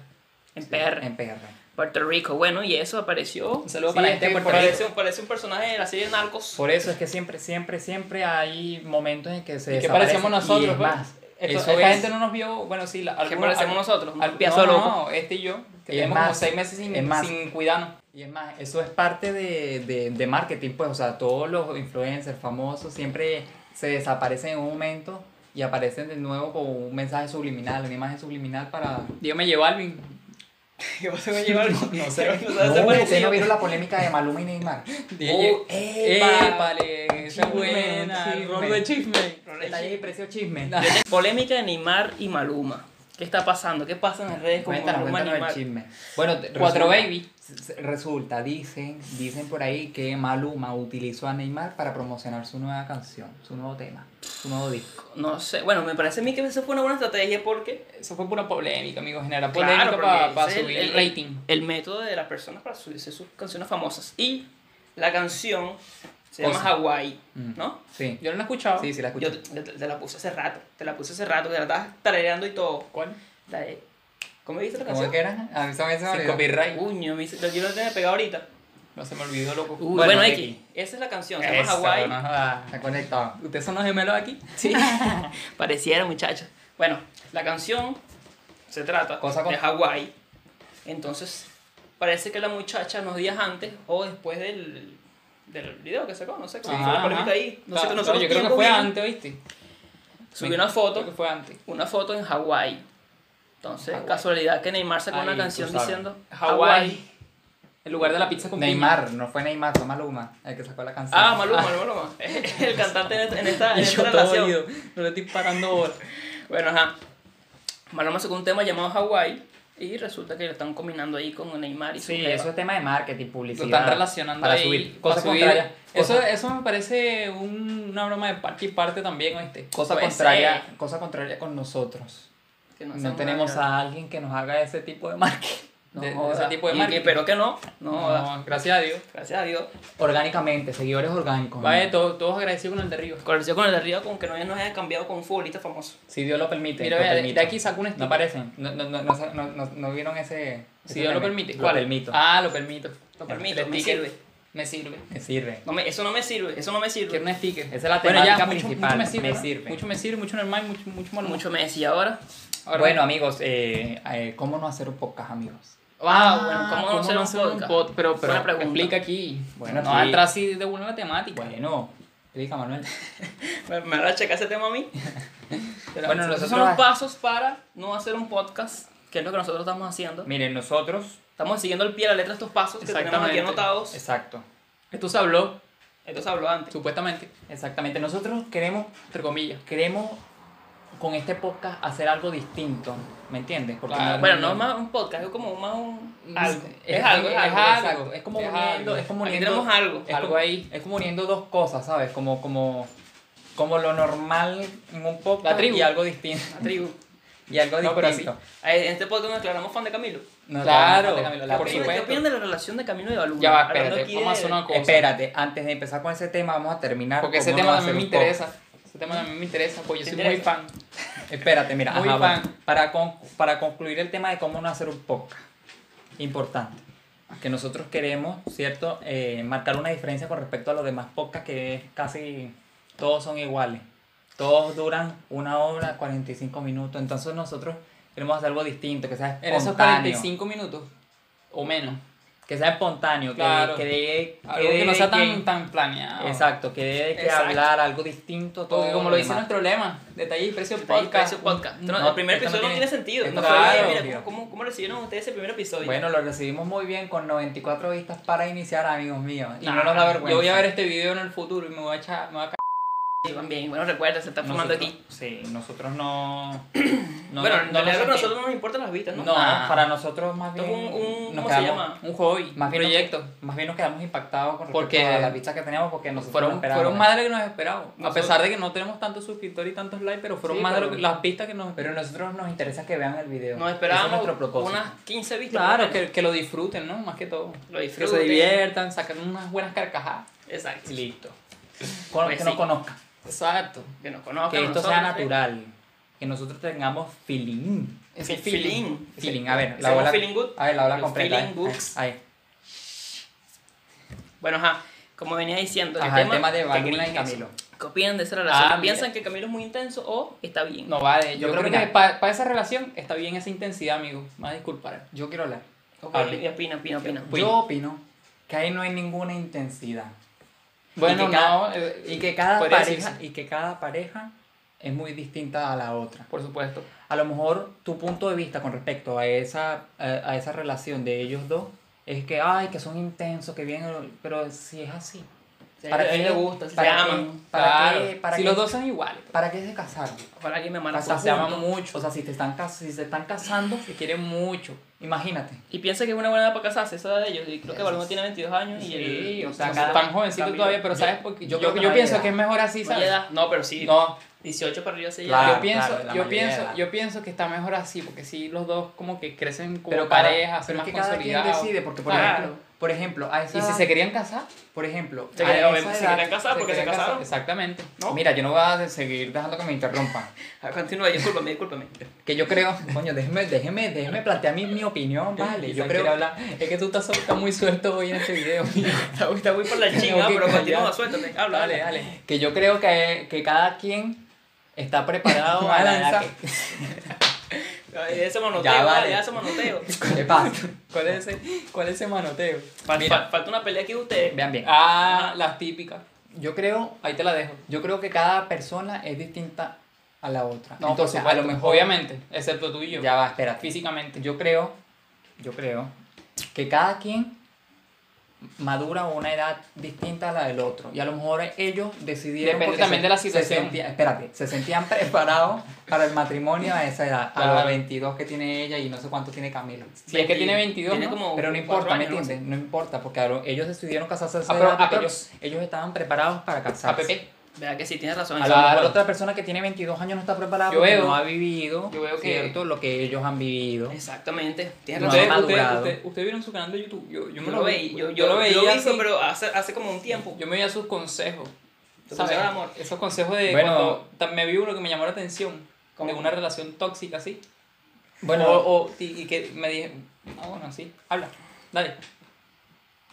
[SPEAKER 1] En PR,
[SPEAKER 2] en PR.
[SPEAKER 1] Puerto Rico. Bueno, y eso apareció.
[SPEAKER 3] Un saludo
[SPEAKER 2] Sí,
[SPEAKER 3] para la
[SPEAKER 2] es
[SPEAKER 3] gente de
[SPEAKER 2] que
[SPEAKER 3] Puerto
[SPEAKER 2] por ahí-
[SPEAKER 3] Rico.
[SPEAKER 1] Parece, un- parece un personaje de la serie Narcos.
[SPEAKER 2] Por eso es que siempre, siempre, siempre hay momentos en que se
[SPEAKER 3] ¿Y qué
[SPEAKER 2] desaparecen
[SPEAKER 3] parecemos
[SPEAKER 2] Y
[SPEAKER 3] nosotros?
[SPEAKER 2] es
[SPEAKER 3] pues?
[SPEAKER 2] más,
[SPEAKER 3] Esto-
[SPEAKER 2] eso
[SPEAKER 3] esta
[SPEAKER 2] es-
[SPEAKER 3] gente no nos vio, bueno, sí, la,
[SPEAKER 1] ¿Qué
[SPEAKER 3] algunos-
[SPEAKER 1] parecemos
[SPEAKER 3] al-
[SPEAKER 1] nosotros?
[SPEAKER 3] al-
[SPEAKER 1] Un piazo
[SPEAKER 3] no,
[SPEAKER 1] loco.
[SPEAKER 3] no, este y yo, que
[SPEAKER 2] Y es
[SPEAKER 3] tenemos como
[SPEAKER 2] más,
[SPEAKER 3] seis meses sin,
[SPEAKER 2] es más.
[SPEAKER 3] sin cuidarnos.
[SPEAKER 2] Y es más, eso es parte de, de, de marketing, pues, o sea, todos los influencers famosos siempre se desaparecen en un momento y aparecen de nuevo con un mensaje subliminal, una imagen subliminal para...
[SPEAKER 3] Dios me llevó Alvin.
[SPEAKER 1] Yo se me lleva algo.
[SPEAKER 2] No sé,
[SPEAKER 1] Yo se
[SPEAKER 2] no,
[SPEAKER 1] me
[SPEAKER 2] ustedes
[SPEAKER 1] pareció.
[SPEAKER 2] no vieron la polémica de Maluma y Neymar. Oh,
[SPEAKER 3] Diego-
[SPEAKER 2] ¡epa!
[SPEAKER 3] ¡Épale! Esa es
[SPEAKER 2] Chisme,
[SPEAKER 3] buena,
[SPEAKER 2] chisme.
[SPEAKER 3] el rol de chisme.
[SPEAKER 2] Detalles y precio chisme.
[SPEAKER 1] Polémica de Neymar y Maluma. ¿Qué está pasando? ¿Qué pasa en las redes con
[SPEAKER 2] Cuéntanos,
[SPEAKER 1] Maluma y
[SPEAKER 2] cuéntanos el
[SPEAKER 1] Neymar?
[SPEAKER 2] chisme. Bueno, te-
[SPEAKER 3] Cuatro
[SPEAKER 2] resulta-
[SPEAKER 3] baby.
[SPEAKER 2] s- s- Resulta, dicen, dicen por ahí que Maluma utilizó a Neymar para promocionar su nueva canción, su nuevo tema, su nuego disco.
[SPEAKER 1] No sé. Bueno, me parece a mí que eso fue una buena estrategia porque.
[SPEAKER 3] Eso fue pura polémica, amigo. Genera polémica
[SPEAKER 1] porque
[SPEAKER 3] para
[SPEAKER 1] ese es
[SPEAKER 3] subir el, rating.
[SPEAKER 1] El método de las personas para subirse sus canciones famosas. Y la canción se llama
[SPEAKER 2] Cosa.
[SPEAKER 1] Hawaii,
[SPEAKER 2] Mm.
[SPEAKER 1] ¿no?
[SPEAKER 2] Sí,
[SPEAKER 3] Yo no lo he escuchado.
[SPEAKER 2] sí, sí, la escuché.
[SPEAKER 1] Yo te, te- te la puse hace rato. Te la puse hace rato, que la estabas tarareando y todo.
[SPEAKER 3] ¿Cuál?
[SPEAKER 1] La de- ¿Cómo dice la
[SPEAKER 2] ¿Cómo es
[SPEAKER 1] canción?
[SPEAKER 2] que era? A mí se me se me
[SPEAKER 3] Sin
[SPEAKER 2] olvidó.
[SPEAKER 3] copyright.
[SPEAKER 1] Uño, me dice, yo lo tenía pegado ahorita.
[SPEAKER 3] No se me olvidó, loco.
[SPEAKER 1] Uy, bueno,
[SPEAKER 2] Bueno,
[SPEAKER 1] X.
[SPEAKER 2] X.
[SPEAKER 1] Esa es la canción, se llama
[SPEAKER 3] Eso,
[SPEAKER 1] Hawaii.
[SPEAKER 3] no joda.
[SPEAKER 2] Está conectado.
[SPEAKER 3] ¿Ustedes son los gemelos aquí?
[SPEAKER 1] Sí, pareciera, muchachos. Bueno, la canción se trata
[SPEAKER 2] Cosa con-
[SPEAKER 1] de Hawái. Entonces, parece que la muchacha unos días antes o después del, del video que sacó, no sé, cómo fue la polémica ahí. No sé,
[SPEAKER 3] Ah, Claro,
[SPEAKER 1] nosotros
[SPEAKER 3] yo creo que
[SPEAKER 1] tiempo
[SPEAKER 3] fue
[SPEAKER 1] bien.
[SPEAKER 3] antes, ¿oíste?
[SPEAKER 1] Subió una
[SPEAKER 3] Creo que
[SPEAKER 1] foto,
[SPEAKER 3] fue antes.
[SPEAKER 1] una foto en Hawái. Entonces,
[SPEAKER 2] Hawái.
[SPEAKER 1] casualidad que Neymar sacó
[SPEAKER 2] Ahí,
[SPEAKER 1] una
[SPEAKER 2] tú
[SPEAKER 1] canción
[SPEAKER 2] sabes.
[SPEAKER 1] diciendo
[SPEAKER 3] Hawái. El lugar de la pizza con
[SPEAKER 2] Neymar, no fue Neymar, fue Maluma, el que sacó la canción.
[SPEAKER 1] Ah, Maluma, Maluma. El cantante en esta, en esta,
[SPEAKER 3] piña.
[SPEAKER 1] en
[SPEAKER 3] Y
[SPEAKER 1] esta
[SPEAKER 3] yo todo
[SPEAKER 1] relación.
[SPEAKER 3] oído. No le estoy parando bola.
[SPEAKER 1] Bueno, ajá. Maluma sacó un tema llamado Hawaii Y resulta que lo están combinando ahí con Neymar y su
[SPEAKER 2] Sí,
[SPEAKER 1] jeva.
[SPEAKER 2] eso es tema de marketing, publicidad.
[SPEAKER 3] Lo están relacionando
[SPEAKER 2] para
[SPEAKER 3] ahí,
[SPEAKER 2] subir
[SPEAKER 3] para
[SPEAKER 2] cosas
[SPEAKER 3] subir.
[SPEAKER 2] contrarias.
[SPEAKER 3] Eso,
[SPEAKER 2] cosas-
[SPEAKER 3] eso me parece un- una broma de parte y parte también, ¿oíste?
[SPEAKER 2] cosa
[SPEAKER 1] puede
[SPEAKER 2] contraria,
[SPEAKER 3] eh,
[SPEAKER 2] cosa contraria con nosotros.
[SPEAKER 1] Que
[SPEAKER 2] No,
[SPEAKER 1] hacemos
[SPEAKER 2] tenemos
[SPEAKER 1] nada.
[SPEAKER 2] a alguien que nos haga ese tipo de marketing.
[SPEAKER 1] No
[SPEAKER 3] de- de
[SPEAKER 1] joda.
[SPEAKER 3] ese tipo de
[SPEAKER 1] Y
[SPEAKER 3] marketing.
[SPEAKER 1] que- pero que no. No, joda.
[SPEAKER 3] No, gracias a Dios.
[SPEAKER 1] Gracias a Dios.
[SPEAKER 2] Orgánicamente, seguidores orgánicos.
[SPEAKER 3] Vaya,
[SPEAKER 2] ¿no?
[SPEAKER 3] todos, todos agradecidos con el de Río.
[SPEAKER 1] Conoció con el de arriba con que no nos haya cambiado con un futbolista famoso.
[SPEAKER 2] Si Dios lo permite.
[SPEAKER 3] Mira,
[SPEAKER 2] lo
[SPEAKER 3] vea, de-
[SPEAKER 2] permito.
[SPEAKER 3] de aquí saco un
[SPEAKER 2] No
[SPEAKER 3] estilo.
[SPEAKER 2] aparecen. No, no, no, no, no, no- no vieron ese. ese
[SPEAKER 3] Si Dios lo
[SPEAKER 2] meme?
[SPEAKER 3] permite.
[SPEAKER 2] Lo permito.
[SPEAKER 3] Ah, lo permito.
[SPEAKER 1] Lo
[SPEAKER 3] El
[SPEAKER 1] permito, me
[SPEAKER 3] sticker.
[SPEAKER 1] sirve.
[SPEAKER 3] Me sirve.
[SPEAKER 2] Me sirve.
[SPEAKER 1] No me- eso no me sirve, eso no me sirve.
[SPEAKER 3] Quiero un sticker.
[SPEAKER 2] Esa es la
[SPEAKER 3] Bueno,
[SPEAKER 2] temática
[SPEAKER 3] ya, mucho,
[SPEAKER 2] principal.
[SPEAKER 3] mucho me sirve.
[SPEAKER 2] Me
[SPEAKER 3] ¿no?
[SPEAKER 2] sirve.
[SPEAKER 3] Mucho me sirve, mucho normal, mucho, mucho malo.
[SPEAKER 1] Mucho me decía ahora.
[SPEAKER 3] Ahora-
[SPEAKER 2] bueno, amigos, eh, eh, ¿cómo no hacer un podcast, amigos?
[SPEAKER 3] Ah,
[SPEAKER 1] Ah,
[SPEAKER 3] bueno, ¿cómo,
[SPEAKER 1] ¿cómo
[SPEAKER 3] no hacer
[SPEAKER 1] no
[SPEAKER 3] un
[SPEAKER 1] hacer un
[SPEAKER 3] podcast?
[SPEAKER 1] pod-
[SPEAKER 3] Pero, pero
[SPEAKER 1] Buena pregunta.
[SPEAKER 3] explica aquí.
[SPEAKER 2] Bueno,
[SPEAKER 3] no
[SPEAKER 2] sí.
[SPEAKER 3] entra así de una la temática.
[SPEAKER 2] Bueno, explica, Manuel.
[SPEAKER 1] Me, me va a checar ese tema a mí. Pero
[SPEAKER 2] Bueno,
[SPEAKER 1] esos
[SPEAKER 2] nosotros-
[SPEAKER 1] son los pasos para no hacer un podcast, que es lo que nosotros estamos haciendo.
[SPEAKER 2] Miren, nosotros.
[SPEAKER 1] Estamos siguiendo al pie de la letra estos pasos que tenemos aquí
[SPEAKER 3] Exactamente.
[SPEAKER 1] anotados.
[SPEAKER 2] Exacto.
[SPEAKER 3] Esto se habló,
[SPEAKER 1] Esto se habló antes.
[SPEAKER 3] supuestamente,
[SPEAKER 2] Exactamente. Nosotros queremos
[SPEAKER 3] entre comillas.
[SPEAKER 2] queremos con este podcast hacer algo distinto, ¿me entiendes? Porque
[SPEAKER 3] Claro.
[SPEAKER 1] Bueno, no es más un podcast, es como más un... Algo.
[SPEAKER 2] Es,
[SPEAKER 1] Es algo, es algo.
[SPEAKER 2] exacto.
[SPEAKER 3] algo.
[SPEAKER 2] Es como
[SPEAKER 3] Es
[SPEAKER 2] uniendo,
[SPEAKER 3] algo.
[SPEAKER 2] es como
[SPEAKER 1] Aquí
[SPEAKER 2] uniendo
[SPEAKER 1] tenemos algo.
[SPEAKER 2] es
[SPEAKER 3] Algo
[SPEAKER 2] como-
[SPEAKER 3] ahí.
[SPEAKER 2] Es como uniendo dos cosas, ¿sabes? Como como como lo normal en un podcast
[SPEAKER 3] La tribu.
[SPEAKER 2] y algo distinto.
[SPEAKER 1] Una tribu.
[SPEAKER 2] Y algo
[SPEAKER 3] No, pero
[SPEAKER 2] distinto.
[SPEAKER 1] Eh, En este podcast nos declaramos fan de Camilo.
[SPEAKER 2] No,
[SPEAKER 3] Claro,
[SPEAKER 2] no, no, Camilo, la
[SPEAKER 3] por
[SPEAKER 2] tribu.
[SPEAKER 1] Oye, ¿Qué
[SPEAKER 3] supuesto.
[SPEAKER 1] opinan de la relación de Camilo y Balú?
[SPEAKER 3] Ya va,
[SPEAKER 1] Hablando
[SPEAKER 3] espérate,
[SPEAKER 1] aquí
[SPEAKER 3] vamos a hacer
[SPEAKER 1] de-
[SPEAKER 3] una cosa.
[SPEAKER 2] Espérate, antes de empezar con ese tema vamos a terminar
[SPEAKER 3] Porque ese
[SPEAKER 2] cómo no
[SPEAKER 3] tema
[SPEAKER 2] hacer
[SPEAKER 3] también me
[SPEAKER 2] un podcast.
[SPEAKER 3] interesa. Ese tema también me interesa, porque yo
[SPEAKER 1] ¿Te
[SPEAKER 3] soy muy
[SPEAKER 1] interesa?
[SPEAKER 3] fan.
[SPEAKER 2] Espérate, mira,
[SPEAKER 3] Muy
[SPEAKER 2] ajá,
[SPEAKER 3] fan.
[SPEAKER 2] bueno, para, con- para concluir el tema de cómo no hacer un podcast, importante, que nosotros queremos, ¿cierto?, Eh, marcar una diferencia con respecto a los demás podcasts que es casi todos son iguales, todos duran una hora, 45 minutos, entonces nosotros queremos hacer algo distinto, que sea
[SPEAKER 3] En esos
[SPEAKER 2] espontáneo,
[SPEAKER 3] 45 minutos o menos.
[SPEAKER 2] que sea espontáneo, que-
[SPEAKER 3] Claro.
[SPEAKER 2] que, dé- que
[SPEAKER 3] Algo que
[SPEAKER 2] dé
[SPEAKER 3] no sea
[SPEAKER 2] de
[SPEAKER 3] tan,
[SPEAKER 2] qué-
[SPEAKER 3] tan planeado.
[SPEAKER 2] Exacto, que dé de qué
[SPEAKER 3] Exacto.
[SPEAKER 2] hablar, algo distinto, a todo
[SPEAKER 3] Porque como lo dice
[SPEAKER 2] demás.
[SPEAKER 3] nuestro lema, detalle y precio
[SPEAKER 1] Detalle y
[SPEAKER 3] podcast.
[SPEAKER 1] precio podcast. Esto no-
[SPEAKER 2] No,
[SPEAKER 1] el primer
[SPEAKER 2] esto no
[SPEAKER 1] episodio no tiene,
[SPEAKER 2] tiene-
[SPEAKER 1] sentido.
[SPEAKER 2] esto
[SPEAKER 1] No
[SPEAKER 2] no
[SPEAKER 1] fue,
[SPEAKER 2] tiene
[SPEAKER 1] mira,
[SPEAKER 2] sentido.
[SPEAKER 1] ¿cómo, ¿Cómo recibieron ustedes ese primer episodio?
[SPEAKER 2] Bueno, lo recibimos muy bien con 94 vistas para iniciar, amigos míos. Y no
[SPEAKER 3] Nah,
[SPEAKER 2] nos da vergüenza.
[SPEAKER 3] Yo voy a ver este video en el futuro y me voy a echar, me voy a ca-
[SPEAKER 1] Sí, también. Bueno, recuerda, se está fumando
[SPEAKER 2] Nosotros-
[SPEAKER 1] aquí.
[SPEAKER 2] Sí, nosotros no.
[SPEAKER 1] bueno,
[SPEAKER 2] no no
[SPEAKER 1] en
[SPEAKER 2] lo
[SPEAKER 1] realidad a
[SPEAKER 2] sentimos.
[SPEAKER 1] nosotros no nos importan las vistas, ¿no?
[SPEAKER 2] No,
[SPEAKER 3] Nah.
[SPEAKER 2] para nosotros más
[SPEAKER 1] Esto
[SPEAKER 2] bien.
[SPEAKER 1] es un- un-
[SPEAKER 2] nos
[SPEAKER 1] ¿cómo se
[SPEAKER 2] quedamos,
[SPEAKER 1] llama?
[SPEAKER 3] un hobby,
[SPEAKER 2] Más
[SPEAKER 3] un
[SPEAKER 2] bien, nos-
[SPEAKER 3] proyecto.
[SPEAKER 2] más bien nos quedamos impactados con respecto
[SPEAKER 3] Porque
[SPEAKER 2] a las vistas que teníamos porque nosotros no
[SPEAKER 3] Fueron,
[SPEAKER 2] esperábamos.
[SPEAKER 3] fueron más de lo que nos esperábamos. A
[SPEAKER 1] Nosotros-
[SPEAKER 3] pesar de que no tenemos tantos suscriptores y tantos likes, pero fueron
[SPEAKER 2] Sí,
[SPEAKER 3] más de
[SPEAKER 2] pero-
[SPEAKER 3] lo que, las vistas que nos
[SPEAKER 2] Pero a nosotros nos interesa que vean el video.
[SPEAKER 1] Nos
[SPEAKER 2] Ese es
[SPEAKER 1] esperábamos
[SPEAKER 2] nuestro propósito.
[SPEAKER 1] unas 15 vistas.
[SPEAKER 3] Claro, que, que lo disfuten, ¿no? Más que todo.
[SPEAKER 1] Lo
[SPEAKER 3] Que se
[SPEAKER 1] disfruten.
[SPEAKER 3] diviertan, sacan unas buenas carcajadas.
[SPEAKER 1] Exacto.
[SPEAKER 2] Listo. Con,
[SPEAKER 1] Pues
[SPEAKER 2] que
[SPEAKER 1] sí.
[SPEAKER 2] nos conozcan.
[SPEAKER 3] Exacto.
[SPEAKER 1] Que nos conozcan.
[SPEAKER 2] que esto
[SPEAKER 1] nosotros,
[SPEAKER 2] sea
[SPEAKER 1] ¿sí?
[SPEAKER 2] natural. Que nosotros tengamos feeling.
[SPEAKER 1] Ese feeling.
[SPEAKER 2] Feeling, a ver,
[SPEAKER 1] Ese
[SPEAKER 2] la
[SPEAKER 1] es un
[SPEAKER 2] bola.
[SPEAKER 1] feeling good.
[SPEAKER 2] A ver, la bola
[SPEAKER 1] Los
[SPEAKER 2] completa.
[SPEAKER 1] feeling
[SPEAKER 2] eh.
[SPEAKER 1] goods.
[SPEAKER 2] Ahí.
[SPEAKER 1] Bueno, ajá. Como venía diciendo,
[SPEAKER 2] Ajá, el tema de Baluna y
[SPEAKER 1] que-
[SPEAKER 2] Camilo.
[SPEAKER 1] ¿Qué opinan de esa relación?
[SPEAKER 3] Ah,
[SPEAKER 1] ¿Piensan
[SPEAKER 3] mira.
[SPEAKER 1] que Camilo es muy intenso o está bien?
[SPEAKER 3] No vale.
[SPEAKER 2] Yo
[SPEAKER 3] Yo,
[SPEAKER 2] creo
[SPEAKER 3] creo,
[SPEAKER 2] que
[SPEAKER 3] que para esa relación está bien esa intensidad, amigo. Más disculpar.
[SPEAKER 2] Yo quiero hablar.
[SPEAKER 1] Ok,
[SPEAKER 2] Hable.
[SPEAKER 1] y opina, opina, opina.
[SPEAKER 2] Yo opino que ahí no hay ninguna intensidad.
[SPEAKER 3] Bueno,
[SPEAKER 2] y que cada,
[SPEAKER 3] no. eh,
[SPEAKER 2] y que cada
[SPEAKER 3] podría
[SPEAKER 2] pareja
[SPEAKER 3] decirse.
[SPEAKER 2] y que cada pareja es muy distinta a la otra.
[SPEAKER 3] Por supuesto.
[SPEAKER 2] A lo mejor tu punto de vista con respecto a esa a, a esa relación de ellos dos es que ay que son intensos que bien pero si es así
[SPEAKER 1] Si
[SPEAKER 2] ¿para
[SPEAKER 1] a
[SPEAKER 2] qué
[SPEAKER 1] él le gusta, si
[SPEAKER 2] para
[SPEAKER 1] se
[SPEAKER 2] qué-
[SPEAKER 1] aman.
[SPEAKER 2] para
[SPEAKER 3] claro.
[SPEAKER 2] qué- para
[SPEAKER 3] si
[SPEAKER 2] qué-
[SPEAKER 3] los dos son iguales.
[SPEAKER 2] para qué se casaron
[SPEAKER 1] Para que me amara
[SPEAKER 2] Casar
[SPEAKER 1] por
[SPEAKER 2] se aman
[SPEAKER 1] juntos.
[SPEAKER 2] mucho o sea si te están cas- si se están casando
[SPEAKER 3] Se quieren mucho.
[SPEAKER 2] imagínate
[SPEAKER 1] Y piensa que es una buena edad para casarse, esa edad de ellos. Y creo que Baluma tiene 22 años y
[SPEAKER 2] Sí,
[SPEAKER 1] él.
[SPEAKER 2] o sea,
[SPEAKER 3] No
[SPEAKER 2] cada-
[SPEAKER 3] tan jovencito
[SPEAKER 2] Camilo,
[SPEAKER 3] todavía, pero
[SPEAKER 2] yo-
[SPEAKER 3] ¿sabes? Porque
[SPEAKER 2] yo
[SPEAKER 3] yo,
[SPEAKER 2] creo que
[SPEAKER 3] yo
[SPEAKER 2] no hay
[SPEAKER 3] pienso
[SPEAKER 2] edad.
[SPEAKER 3] que es mejor así,
[SPEAKER 1] No, hay
[SPEAKER 3] ¿sabes?
[SPEAKER 1] edad. no, pero sí.
[SPEAKER 3] No,
[SPEAKER 1] 18 para arriba se
[SPEAKER 2] Claro,
[SPEAKER 3] yo pienso,
[SPEAKER 2] claro, la
[SPEAKER 3] yo
[SPEAKER 2] mayoría de
[SPEAKER 3] pienso,
[SPEAKER 2] edad.
[SPEAKER 3] yo pienso que está mejor así, porque si los dos como que crecen como
[SPEAKER 2] pero cada-
[SPEAKER 3] pareja, se
[SPEAKER 2] pero
[SPEAKER 3] más
[SPEAKER 2] es que cada quien
[SPEAKER 3] consolidados.
[SPEAKER 2] decide porque por
[SPEAKER 1] Claro.
[SPEAKER 2] ejemplo por ejemplo a esa
[SPEAKER 3] Y si
[SPEAKER 2] edad-
[SPEAKER 3] se querían casar,
[SPEAKER 2] Por ejemplo,
[SPEAKER 1] Se
[SPEAKER 2] a
[SPEAKER 1] querían-
[SPEAKER 2] esa
[SPEAKER 1] se
[SPEAKER 2] edad-
[SPEAKER 1] querían casar porque se
[SPEAKER 2] querían casar.
[SPEAKER 1] casaron.
[SPEAKER 3] exactamente.
[SPEAKER 1] ¿No?
[SPEAKER 2] Mira, yo no voy a seguir dejando que me interrumpan.
[SPEAKER 1] ya. Continúa, discúlpame, discúlpame.
[SPEAKER 2] Que yo creo, coño, déjeme, déjeme, déjeme plantear mi, mi opinión, vale. Yo
[SPEAKER 3] Quizás
[SPEAKER 2] creo.
[SPEAKER 3] quiera hablar. Es que tú estás, estás muy suelto hoy en este video.
[SPEAKER 1] Está muy- está muy por la chinga,
[SPEAKER 3] Tengo que
[SPEAKER 1] pero continúa,
[SPEAKER 3] callar.
[SPEAKER 1] suéltate. Habla,
[SPEAKER 3] dale,
[SPEAKER 1] dale.
[SPEAKER 3] dale.
[SPEAKER 2] Que yo creo que, que cada quien está preparado a la edad que-
[SPEAKER 1] Ese manoteo,
[SPEAKER 2] Ya,
[SPEAKER 1] dale,
[SPEAKER 2] vale.
[SPEAKER 1] ya ese manoteo.
[SPEAKER 2] ¿Qué pasa?
[SPEAKER 3] ¿Cuál es ese, cuál es ese manoteo?
[SPEAKER 1] Fal-
[SPEAKER 2] Mira.
[SPEAKER 1] fal- Falta una pelea aquí de ustedes.
[SPEAKER 2] Vean bien.
[SPEAKER 3] Ah, las típicas.
[SPEAKER 2] Yo creo,
[SPEAKER 3] Ahí te la dejo.
[SPEAKER 2] yo creo que cada persona es distinta a la otra.
[SPEAKER 3] No,
[SPEAKER 2] Entonces, a
[SPEAKER 3] por supuesto,
[SPEAKER 2] lo mejor.
[SPEAKER 3] Obviamente, excepto tú y yo.
[SPEAKER 2] Ya va, espérate.
[SPEAKER 3] Físicamente.
[SPEAKER 2] Yo creo, yo creo que cada quien madura o una edad distinta a la del otro. Y a lo mejor ellos decidieron...
[SPEAKER 3] Depende
[SPEAKER 2] porque
[SPEAKER 3] también de la
[SPEAKER 2] se
[SPEAKER 3] situación.
[SPEAKER 2] sentía- espérate, se sentían preparados para el matrimonio a esa edad, a los
[SPEAKER 3] Claro.
[SPEAKER 2] 22 que tiene ella y no sé cuánto tiene Camilo.
[SPEAKER 3] Si es que tiene 22,
[SPEAKER 1] Tiene
[SPEAKER 3] ¿no?
[SPEAKER 1] como
[SPEAKER 2] Pero no
[SPEAKER 1] cuatro
[SPEAKER 2] importa, ¿me
[SPEAKER 1] años, ¿no?
[SPEAKER 2] entiendes? No importa, porque a lo- ellos decidieron casarse a esa
[SPEAKER 3] Ah, pero-
[SPEAKER 2] edad,
[SPEAKER 3] ah, pero-
[SPEAKER 2] ellos, ellos estaban preparados para casarse.
[SPEAKER 3] A Pepe.
[SPEAKER 1] Verdad que sí, tienes razón.
[SPEAKER 2] A
[SPEAKER 1] eso
[SPEAKER 2] lo mejor
[SPEAKER 3] Claro.
[SPEAKER 2] otra persona que tiene 22 años no está preparada
[SPEAKER 3] Yo
[SPEAKER 2] porque
[SPEAKER 3] veo-
[SPEAKER 2] no ha vivido
[SPEAKER 3] yo veo que-
[SPEAKER 2] ¿cierto? lo que ellos han vivido.
[SPEAKER 1] Exactamente, tienes
[SPEAKER 2] No,
[SPEAKER 1] razón.
[SPEAKER 3] Ustedes
[SPEAKER 2] ha
[SPEAKER 3] ustedes-
[SPEAKER 2] madurado.
[SPEAKER 3] ustedes- ustedes vieron su canal de YouTube. Yo, yo me
[SPEAKER 1] Yo
[SPEAKER 3] lo,
[SPEAKER 1] lo
[SPEAKER 3] veía.
[SPEAKER 1] veía, yo, yo
[SPEAKER 3] lo veía.
[SPEAKER 1] vi,
[SPEAKER 3] así.
[SPEAKER 1] pero hace, hace como un tiempo.
[SPEAKER 3] Yo me veía sus consejos.
[SPEAKER 1] Tus
[SPEAKER 3] ¿sabes?
[SPEAKER 1] consejos de amor.
[SPEAKER 3] Esos consejos de
[SPEAKER 2] Bueno.
[SPEAKER 3] cuando tam- me vi uno que me llamó la atención.
[SPEAKER 1] ¿Cómo?
[SPEAKER 3] De una relación tóxica así.
[SPEAKER 2] Bueno,
[SPEAKER 3] O, o- y, y que me dije. Ah, bueno, sí. Habla. Dale.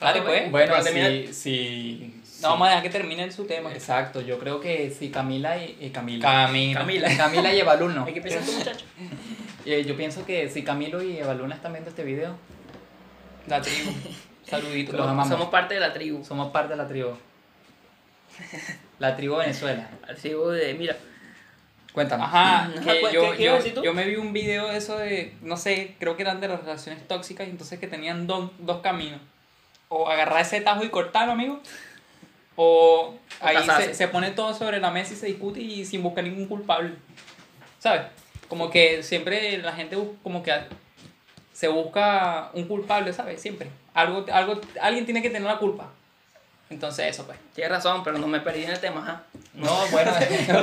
[SPEAKER 3] Dale,
[SPEAKER 1] Ah,
[SPEAKER 3] pues.
[SPEAKER 2] bueno,
[SPEAKER 1] Pero
[SPEAKER 2] si,
[SPEAKER 1] termina-
[SPEAKER 2] si, si-
[SPEAKER 3] No, vamos a dejar que termine su tema.
[SPEAKER 2] Exacto, yo creo que si Camila y, y Camila.
[SPEAKER 3] Camila.
[SPEAKER 1] Camila.
[SPEAKER 2] Camila y Evaluna.
[SPEAKER 1] Hay que pensar en tu muchacho.
[SPEAKER 2] Eh, yo pienso que si Camilo y Evaluna están viendo este video,
[SPEAKER 3] La tribu. Saluditos.
[SPEAKER 2] Los amamos.
[SPEAKER 1] Somos parte de la tribu.
[SPEAKER 2] somos parte de la tribu. La tribu Venezuela.
[SPEAKER 1] La tribu de, mira,
[SPEAKER 2] Cuéntame.
[SPEAKER 3] Ajá,
[SPEAKER 1] Ajá,
[SPEAKER 3] que
[SPEAKER 1] ¿cuál- qué-
[SPEAKER 3] yo,
[SPEAKER 1] qué
[SPEAKER 3] yo,
[SPEAKER 1] ibas a decir tú?
[SPEAKER 3] yo me vi un video de eso de, no sé, creo que eran de las relaciones tóxicas y entonces que tenían dos, dos caminos. O agarrar ese tajo y cortarlo, amigo. O ahí
[SPEAKER 1] casarse.
[SPEAKER 3] se, se pone todo sobre la mesa y se discute y sin buscar ningún culpable. ¿Sabes? Como que siempre la gente bus- como que se busca un culpable, ¿sabes? Siempre. Algo, algo, alguien tiene que tener la culpa. Entonces eso pues.
[SPEAKER 1] tienes razón, pero no me perdí en el tema, ajá.
[SPEAKER 2] No, bueno,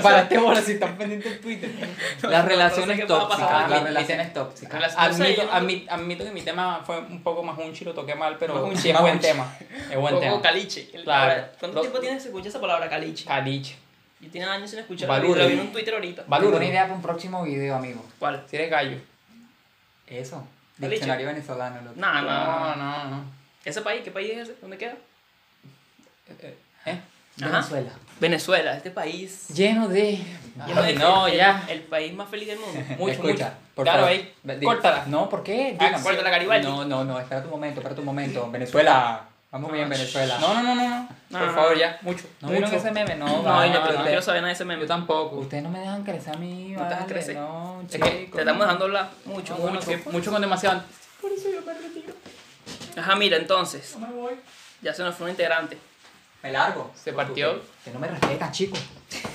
[SPEAKER 3] Para este bola si están pendientes en Twitter.
[SPEAKER 2] las
[SPEAKER 1] No
[SPEAKER 2] relaciones
[SPEAKER 1] sé qué va a pasar.
[SPEAKER 2] tóxicas. Las
[SPEAKER 3] Mi- mi-
[SPEAKER 2] relaciones tóxicas.
[SPEAKER 1] Relaciones- No sé,
[SPEAKER 3] Admito,
[SPEAKER 1] yo no-
[SPEAKER 3] admi- admito que mi tema fue un poco más un lo toqué mal, pero
[SPEAKER 2] Más
[SPEAKER 3] sí,
[SPEAKER 2] hunchi,
[SPEAKER 3] es buen
[SPEAKER 2] más
[SPEAKER 3] tema. Es buen
[SPEAKER 1] Un poco
[SPEAKER 3] tema.
[SPEAKER 1] caliche. El-
[SPEAKER 3] Claro.
[SPEAKER 1] ahora, ¿Cuánto
[SPEAKER 3] Lo-
[SPEAKER 1] tiempo tienes que escuchar esa palabra caliche?
[SPEAKER 3] Caliche.
[SPEAKER 1] Yo tenía años sin escucharla.
[SPEAKER 3] Valúralo.
[SPEAKER 1] Lo vi en un Twitter ahorita.
[SPEAKER 2] Tengo
[SPEAKER 3] Valuro.
[SPEAKER 2] una idea para un próximo video, amigo.
[SPEAKER 1] ¿Cuál?
[SPEAKER 3] Si eres gallo.
[SPEAKER 2] Eso.
[SPEAKER 1] Caliche.
[SPEAKER 2] Diccionario venezolano. loco.
[SPEAKER 1] No, Ah, no, no.
[SPEAKER 3] no. no.
[SPEAKER 1] ¿Ese país? ¿Qué país es ese? ¿Dónde queda?
[SPEAKER 3] ¿Eh?
[SPEAKER 1] Ajá.
[SPEAKER 2] Venezuela.
[SPEAKER 1] Venezuela, este país.
[SPEAKER 2] Lleno de.
[SPEAKER 1] lleno
[SPEAKER 3] Ay,
[SPEAKER 1] de-
[SPEAKER 3] no,
[SPEAKER 1] el-
[SPEAKER 3] ya.
[SPEAKER 1] El país más feliz del mundo.
[SPEAKER 3] Mucho,
[SPEAKER 2] Escucha,
[SPEAKER 3] mucho.
[SPEAKER 2] por
[SPEAKER 3] claro,
[SPEAKER 2] favor.
[SPEAKER 3] ahí.
[SPEAKER 2] Ve- di-
[SPEAKER 3] Córtala.
[SPEAKER 2] No, ¿por qué?
[SPEAKER 1] Ah,
[SPEAKER 2] Dígame.
[SPEAKER 1] córtala, Garibaldi.
[SPEAKER 2] No, no, no, espera tu momento, espera tu momento. Venezuela. Vamos bien, Venezuela.
[SPEAKER 3] No, no, no, no, no.
[SPEAKER 1] No,
[SPEAKER 3] Por
[SPEAKER 1] no,
[SPEAKER 3] favor,
[SPEAKER 1] no.
[SPEAKER 3] ya. Mucho.
[SPEAKER 2] no,
[SPEAKER 3] mucho.
[SPEAKER 2] vieron ese meme, no.
[SPEAKER 1] No,
[SPEAKER 2] vale,
[SPEAKER 1] yo no,
[SPEAKER 2] ustedes-
[SPEAKER 1] quiero saber nada de ese meme.
[SPEAKER 3] Yo tampoco.
[SPEAKER 2] Ustedes no me dejan crecer a mí,
[SPEAKER 1] No te dejan
[SPEAKER 2] vale,
[SPEAKER 1] crecer.
[SPEAKER 2] No,
[SPEAKER 1] Es que
[SPEAKER 2] chico.
[SPEAKER 1] te estamos dejando hablar mucho,
[SPEAKER 3] Mucho, mucho.
[SPEAKER 1] mucho.
[SPEAKER 3] Mucho con demasiado.
[SPEAKER 1] Ajá, mira, entonces. Ya se nos fue un integrante.
[SPEAKER 2] Me largo.
[SPEAKER 3] Se partió.
[SPEAKER 2] Que no me respetas, chico.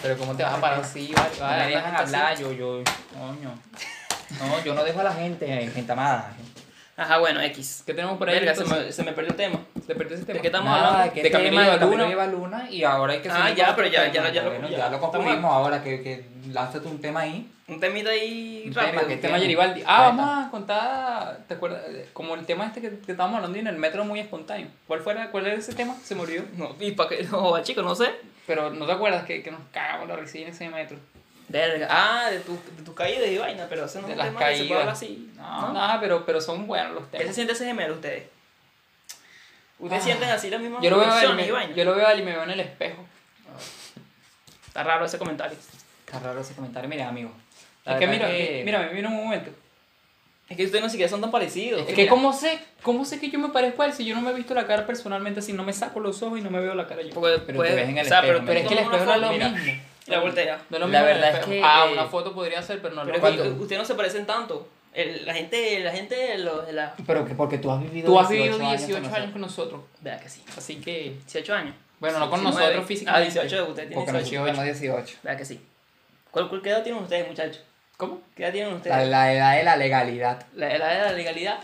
[SPEAKER 3] Pero ¿cómo te vas a parar así? Vale,
[SPEAKER 2] No me
[SPEAKER 3] vale,
[SPEAKER 2] dejan
[SPEAKER 3] estás-
[SPEAKER 2] hablar, yo, yo, coño. No, yo no dejo a la gente, eh, gente amada.
[SPEAKER 1] Ajá, bueno, X.
[SPEAKER 3] ¿Qué tenemos por ahí?
[SPEAKER 1] Verga, se
[SPEAKER 3] entonces?
[SPEAKER 1] me, se me perdió el tema.
[SPEAKER 3] ¿Te perdiste ese
[SPEAKER 1] ¿De
[SPEAKER 3] tema? este
[SPEAKER 1] qué estamos
[SPEAKER 2] Nada,
[SPEAKER 1] hablando?
[SPEAKER 2] que este
[SPEAKER 3] de Camilo y Valuna.
[SPEAKER 2] Camilo y Valuna, y ahora hay que
[SPEAKER 1] Ah,
[SPEAKER 2] seguir
[SPEAKER 1] ya,
[SPEAKER 2] con
[SPEAKER 1] pero ya- ya-
[SPEAKER 2] otro tema.
[SPEAKER 1] ya lo-
[SPEAKER 2] Bueno,
[SPEAKER 1] ya
[SPEAKER 2] ya
[SPEAKER 1] lo
[SPEAKER 2] lo concluimos ahora, que, que lánzate un tema ahí.
[SPEAKER 1] Un temita ahí
[SPEAKER 2] Un tema
[SPEAKER 1] rápido.
[SPEAKER 2] que
[SPEAKER 3] El tema
[SPEAKER 2] Bien.
[SPEAKER 3] Geribaldi.
[SPEAKER 2] Ahí
[SPEAKER 3] Ah,
[SPEAKER 2] está.
[SPEAKER 3] vamos a contar, ¿te acuerdas? Como el tema este que, que estábamos hablando y en el metro muy espontáneo. ¿Cuál, fuera, ¿Cuál era ese tema? Se murió.
[SPEAKER 1] No, y para que. No, chico, no sé.
[SPEAKER 3] Pero no te acuerdas que, que nos cagamos la risa en ese metro.
[SPEAKER 1] Verga. Ah, de tus de tus caídas y vaina, pero eso no es
[SPEAKER 3] de
[SPEAKER 1] un
[SPEAKER 3] las
[SPEAKER 1] tema que se puede hablar
[SPEAKER 3] caídas.
[SPEAKER 1] así.
[SPEAKER 3] No, nada, pero, pero son buenos los
[SPEAKER 1] ¿Qué se
[SPEAKER 3] temas.
[SPEAKER 1] siente ese gemelo ustedes? ¿Ustedes
[SPEAKER 3] Ah.
[SPEAKER 1] sienten así las mismas
[SPEAKER 3] Yo lo, veo a él,
[SPEAKER 1] emociones y
[SPEAKER 3] me-
[SPEAKER 1] vaina?
[SPEAKER 3] yo lo veo a él y me veo en el espejo.
[SPEAKER 1] Está raro ese comentario.
[SPEAKER 2] Está raro ese comentario. Mira, amigo. la
[SPEAKER 3] Es que mira,
[SPEAKER 2] verdad
[SPEAKER 3] mira, me vino un momento.
[SPEAKER 1] Es que ustedes no siquiera son tan parecidos.
[SPEAKER 3] Es que ¿cómo sé? ¿Cómo sé que yo me parezco a él si yo no me he visto la cara personalmente, si no me saco los ojos y no me veo la cara yo?
[SPEAKER 1] Porque
[SPEAKER 2] te
[SPEAKER 1] puede-
[SPEAKER 2] ves en el
[SPEAKER 1] o sea,
[SPEAKER 2] espejo,
[SPEAKER 1] pero,
[SPEAKER 2] mira.
[SPEAKER 3] Pero es que el
[SPEAKER 1] tomas una
[SPEAKER 3] espejo no es lo
[SPEAKER 1] foto, mira,
[SPEAKER 3] mismo.
[SPEAKER 1] y la voltea.
[SPEAKER 3] No es lo
[SPEAKER 2] La
[SPEAKER 3] mismo el
[SPEAKER 2] verdad es
[SPEAKER 3] espejo.
[SPEAKER 2] que,
[SPEAKER 3] Ah,
[SPEAKER 2] eh,
[SPEAKER 3] una foto podría ser, pero no es lo
[SPEAKER 1] Pero
[SPEAKER 3] mismo.
[SPEAKER 1] es que ustedes no se parecen tanto. El- la gente, la gente de los de la.
[SPEAKER 2] Pero que porque tú has vivido
[SPEAKER 3] Tú has vivido
[SPEAKER 2] 18
[SPEAKER 3] 18 años,
[SPEAKER 2] con
[SPEAKER 3] con nosotros.
[SPEAKER 1] Vea que sí.
[SPEAKER 3] Así que.
[SPEAKER 1] 18 años.
[SPEAKER 3] Bueno, no con
[SPEAKER 1] 19.
[SPEAKER 3] nosotros físicamente.
[SPEAKER 1] Ah, 18 de ustedes tienen
[SPEAKER 2] Porque
[SPEAKER 1] 18.
[SPEAKER 2] nosotros tenemos 18.
[SPEAKER 1] Vea que sí. ¿Cuál, cuál- qué edad tienen ustedes, muchachos?
[SPEAKER 3] ¿Cómo?
[SPEAKER 1] ¿Qué edad tienen
[SPEAKER 2] La,
[SPEAKER 1] ustedes?
[SPEAKER 2] la edad de la legalidad.
[SPEAKER 1] La, la, edad de la legalidad.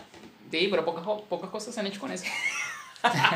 [SPEAKER 3] Sí, pero pocas, jo- pocas cosas se han hecho con eso.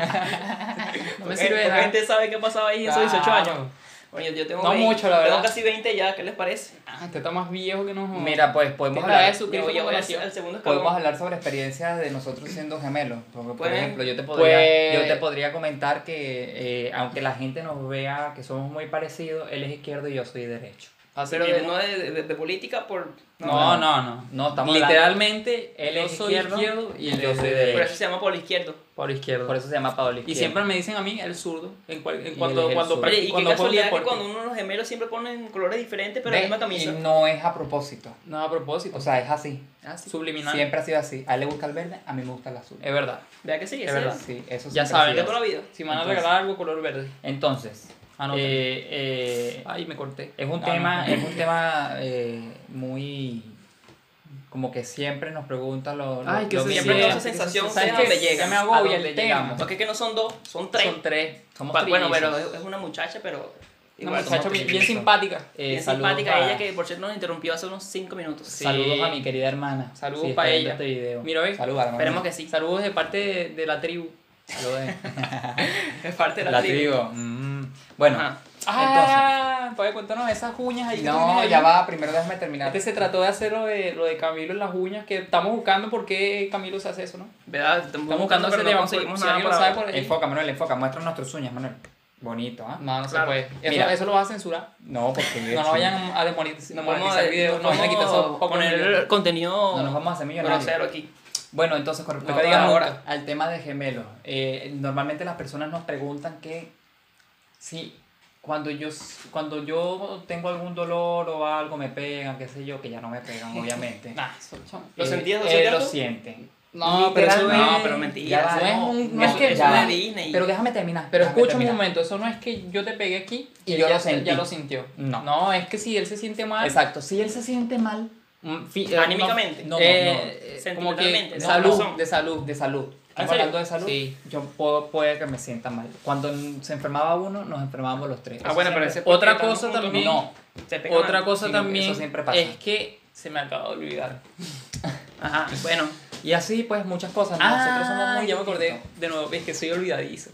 [SPEAKER 3] no me
[SPEAKER 1] Porque-
[SPEAKER 3] sirve de
[SPEAKER 1] porque
[SPEAKER 3] nada.
[SPEAKER 1] La gente sabe qué pasaba ahí en esos 18
[SPEAKER 3] Claro.
[SPEAKER 1] años. Bueno, yo, yo tengo
[SPEAKER 3] No mucho, la
[SPEAKER 1] Tengo
[SPEAKER 3] verdad.
[SPEAKER 1] casi 20 ya, ¿qué les parece?
[SPEAKER 3] Ah, te está más viejo que no.
[SPEAKER 2] Mira, pues podemos
[SPEAKER 3] Mira
[SPEAKER 2] hablar,
[SPEAKER 3] eso. Tú
[SPEAKER 1] Yo
[SPEAKER 3] tienes
[SPEAKER 1] voy a
[SPEAKER 3] como
[SPEAKER 1] voy a
[SPEAKER 3] nació.
[SPEAKER 1] hacer el segundo escalón.
[SPEAKER 2] podemos hablar sobre experiencias de nosotros siendo gemelos. Porque, por
[SPEAKER 1] Pues-
[SPEAKER 2] ejemplo, yo te podría,
[SPEAKER 3] pues-
[SPEAKER 2] yo te podría comentar que eh, aunque la gente nos vea que somos muy parecidos, él es izquierdo y yo soy derecho.
[SPEAKER 3] Así
[SPEAKER 1] Pero de-
[SPEAKER 3] mismo.
[SPEAKER 1] no de, de- de política por...
[SPEAKER 3] no, no, no.
[SPEAKER 2] No, estamos
[SPEAKER 3] Literalmente,
[SPEAKER 2] Él
[SPEAKER 3] yo
[SPEAKER 2] es
[SPEAKER 3] soy
[SPEAKER 2] izquierdo
[SPEAKER 3] izquierdo,
[SPEAKER 2] y
[SPEAKER 3] y él
[SPEAKER 2] yo
[SPEAKER 3] es
[SPEAKER 2] soy
[SPEAKER 1] Por
[SPEAKER 2] derecho.
[SPEAKER 1] eso se llama por izquierdo.
[SPEAKER 3] Por izquierdo.
[SPEAKER 2] Por eso se llama Paolo
[SPEAKER 3] y
[SPEAKER 2] izquierdo.
[SPEAKER 3] siempre me dicen a mí el zurdo. En, cual- en
[SPEAKER 2] Y él
[SPEAKER 3] cuanto,
[SPEAKER 2] es el
[SPEAKER 3] cuando
[SPEAKER 2] zurdo.
[SPEAKER 1] Oye,
[SPEAKER 3] practi-
[SPEAKER 1] y qué
[SPEAKER 3] cuando juego
[SPEAKER 1] casualidad que
[SPEAKER 3] deporte.
[SPEAKER 1] cuando uno de los gemelos siempre ponen colores diferentes, pero la
[SPEAKER 2] ¿Ves?
[SPEAKER 1] misma camisa.
[SPEAKER 2] Y no es a propósito.
[SPEAKER 3] No, a propósito.
[SPEAKER 2] O sea, es así.
[SPEAKER 1] Ah, sí.
[SPEAKER 3] subliminal.
[SPEAKER 2] Siempre ha sido así. A él le gusta el verde, a mí me gusta el azul.
[SPEAKER 3] Es verdad.
[SPEAKER 1] Vea que sí,
[SPEAKER 2] Es
[SPEAKER 1] ese
[SPEAKER 2] verdad,
[SPEAKER 1] es.
[SPEAKER 2] sí, eso siempre
[SPEAKER 3] Ya
[SPEAKER 2] ha
[SPEAKER 3] saben,
[SPEAKER 1] De
[SPEAKER 2] sido
[SPEAKER 1] toda la
[SPEAKER 2] así.
[SPEAKER 1] vida.
[SPEAKER 3] Si me van a
[SPEAKER 2] Entonces-
[SPEAKER 3] regalar algo color verde.
[SPEAKER 2] Entonces,
[SPEAKER 3] Anota.
[SPEAKER 2] eh, eh,
[SPEAKER 3] Ay, me corté.
[SPEAKER 2] es un
[SPEAKER 3] Ah,
[SPEAKER 2] tema,
[SPEAKER 3] no.
[SPEAKER 2] es un tema eh, muy como que siempre nos preguntan lo, lo-
[SPEAKER 3] Ay, que
[SPEAKER 2] lo
[SPEAKER 3] se
[SPEAKER 2] mismo.
[SPEAKER 1] Siempre tengo esa
[SPEAKER 3] sí,
[SPEAKER 1] sensación
[SPEAKER 3] ¿sabes
[SPEAKER 1] de
[SPEAKER 3] qué?
[SPEAKER 1] dónde llega.
[SPEAKER 3] Ya me
[SPEAKER 2] a
[SPEAKER 3] agobia
[SPEAKER 2] dónde
[SPEAKER 3] el tema.
[SPEAKER 2] llegamos.
[SPEAKER 1] Porque es que no son dos, son tres.
[SPEAKER 3] Son tres.
[SPEAKER 2] Somos
[SPEAKER 1] Pa- bueno,
[SPEAKER 2] trillizos.
[SPEAKER 1] pero eh, es es una muchacha, pero.
[SPEAKER 3] Una
[SPEAKER 1] igual,
[SPEAKER 3] muchacha
[SPEAKER 1] somos
[SPEAKER 3] bien, bien
[SPEAKER 1] trillizos.
[SPEAKER 3] simpática.
[SPEAKER 2] Eh,
[SPEAKER 1] Bien
[SPEAKER 2] saludos
[SPEAKER 1] simpática
[SPEAKER 2] para-
[SPEAKER 1] ella que por cierto nos interrumpió hace unos 5 minutos.
[SPEAKER 3] Sí.
[SPEAKER 2] Saludos a mi querida hermana.
[SPEAKER 3] Saludos
[SPEAKER 2] si está
[SPEAKER 3] pa'
[SPEAKER 2] viendo
[SPEAKER 3] ella.
[SPEAKER 2] Este video.
[SPEAKER 3] Mira, ve.
[SPEAKER 2] Saludos, hermana.
[SPEAKER 1] Esperemos que sí.
[SPEAKER 3] Saludos de parte de, de la tribu.
[SPEAKER 2] Saludos. eh.
[SPEAKER 1] Es parte de la,
[SPEAKER 2] La
[SPEAKER 1] tribu.
[SPEAKER 2] trigo. Mm. Bueno,
[SPEAKER 1] Ajá.
[SPEAKER 3] Ah, pues cuéntanos esas uñas ahí. que tienes
[SPEAKER 2] no,
[SPEAKER 3] ahí.
[SPEAKER 2] ya va. Primero déjame terminar.
[SPEAKER 3] Este se trató de hacer lo de, lo de Camilo en las uñas, que estamos buscando por qué Camilo se hace eso, ¿no?
[SPEAKER 1] ¿Verdad? Estamos
[SPEAKER 3] Estamos
[SPEAKER 1] buscando,
[SPEAKER 3] buscando
[SPEAKER 1] pero
[SPEAKER 3] ese
[SPEAKER 1] no
[SPEAKER 3] tema,
[SPEAKER 1] conseguimos
[SPEAKER 3] si
[SPEAKER 1] nada
[SPEAKER 3] alguien
[SPEAKER 1] por
[SPEAKER 3] lo sabe
[SPEAKER 1] ahora.
[SPEAKER 3] por ahí.
[SPEAKER 2] Enfoca, Manuel, enfoca. Muestra nuestras uñas, Manuel. Bonito, ¿ah?
[SPEAKER 3] No, no
[SPEAKER 1] Claro.
[SPEAKER 3] se puede. Eso,
[SPEAKER 2] Mira.
[SPEAKER 3] eso lo vas a censurar.
[SPEAKER 2] No, porque.
[SPEAKER 3] No nos vayan a demolir,
[SPEAKER 1] No vamos a,
[SPEAKER 3] demonetizar el video.
[SPEAKER 1] no
[SPEAKER 3] No vayan a quitar
[SPEAKER 1] vamos
[SPEAKER 3] esos
[SPEAKER 1] a
[SPEAKER 3] pocos
[SPEAKER 1] poner
[SPEAKER 3] millones.
[SPEAKER 1] contenido
[SPEAKER 2] No nos vamos a hacer millonarios.
[SPEAKER 1] grosero aquí.
[SPEAKER 2] Bueno, entonces con respecto
[SPEAKER 3] No digas
[SPEAKER 2] a-
[SPEAKER 3] ahora.
[SPEAKER 2] al tema de gemelos, eh, normalmente las personas nos preguntan que si cuando yo, s- cuando yo tengo algún dolor o algo me pegan, qué sé yo, que ya no me pegan, obviamente.
[SPEAKER 3] Nah, eso, chamo.
[SPEAKER 1] ¿Lo
[SPEAKER 2] Eh,
[SPEAKER 1] sentías, lo
[SPEAKER 2] él
[SPEAKER 1] sentías
[SPEAKER 2] lo
[SPEAKER 1] tú?
[SPEAKER 2] siente.
[SPEAKER 3] No, pero eso
[SPEAKER 2] Literal,
[SPEAKER 1] No,
[SPEAKER 3] es-
[SPEAKER 1] pero
[SPEAKER 2] Ya
[SPEAKER 1] mentira.
[SPEAKER 2] va,
[SPEAKER 1] eso
[SPEAKER 3] no es
[SPEAKER 2] no,
[SPEAKER 3] un-
[SPEAKER 2] no,
[SPEAKER 3] es que
[SPEAKER 2] ya
[SPEAKER 1] es una
[SPEAKER 2] va.
[SPEAKER 1] Disney.
[SPEAKER 2] Pero déjame terminar.
[SPEAKER 3] Pero
[SPEAKER 2] déjame
[SPEAKER 3] escucha un
[SPEAKER 2] terminar.
[SPEAKER 3] momento, eso no es que yo te pegué aquí
[SPEAKER 2] Y
[SPEAKER 3] él
[SPEAKER 2] yo
[SPEAKER 3] ya,
[SPEAKER 2] lo sentí.
[SPEAKER 3] ya lo sintió.
[SPEAKER 2] No.
[SPEAKER 3] No, es que si él se siente mal,
[SPEAKER 2] Exacto, si él se siente mal,
[SPEAKER 3] mm, fi- eh,
[SPEAKER 1] Anímicamente.
[SPEAKER 2] no, no,
[SPEAKER 3] eh, eh, como
[SPEAKER 1] Sentimentalmente,
[SPEAKER 3] que
[SPEAKER 1] de
[SPEAKER 3] salud,
[SPEAKER 1] corazón.
[SPEAKER 3] de salud,
[SPEAKER 2] de salud.
[SPEAKER 1] ¿En
[SPEAKER 2] ¿Estamos
[SPEAKER 1] serio?
[SPEAKER 2] hablando de salud?
[SPEAKER 3] Sí.
[SPEAKER 2] Yo puedo, puede que me sienta mal. Cuando se enfermaba uno, nos enfermábamos los tres.
[SPEAKER 1] Ah, bueno, pero ese
[SPEAKER 3] Otra
[SPEAKER 1] porque estamos
[SPEAKER 3] cosa
[SPEAKER 1] juntos,
[SPEAKER 3] también-
[SPEAKER 2] No,
[SPEAKER 1] Se pegan.
[SPEAKER 3] Otra cosa
[SPEAKER 2] Sí,
[SPEAKER 3] también
[SPEAKER 2] eso siempre pasa.
[SPEAKER 3] es que se me acaba de olvidar.
[SPEAKER 1] Ajá, bueno.
[SPEAKER 2] Y así, pues, muchas cosas. ¿no?
[SPEAKER 1] Ah,
[SPEAKER 3] Ah,
[SPEAKER 2] Nosotros somos muy
[SPEAKER 3] ya me acordé
[SPEAKER 2] distintos.
[SPEAKER 3] de nuevo, es que soy olvidadizo.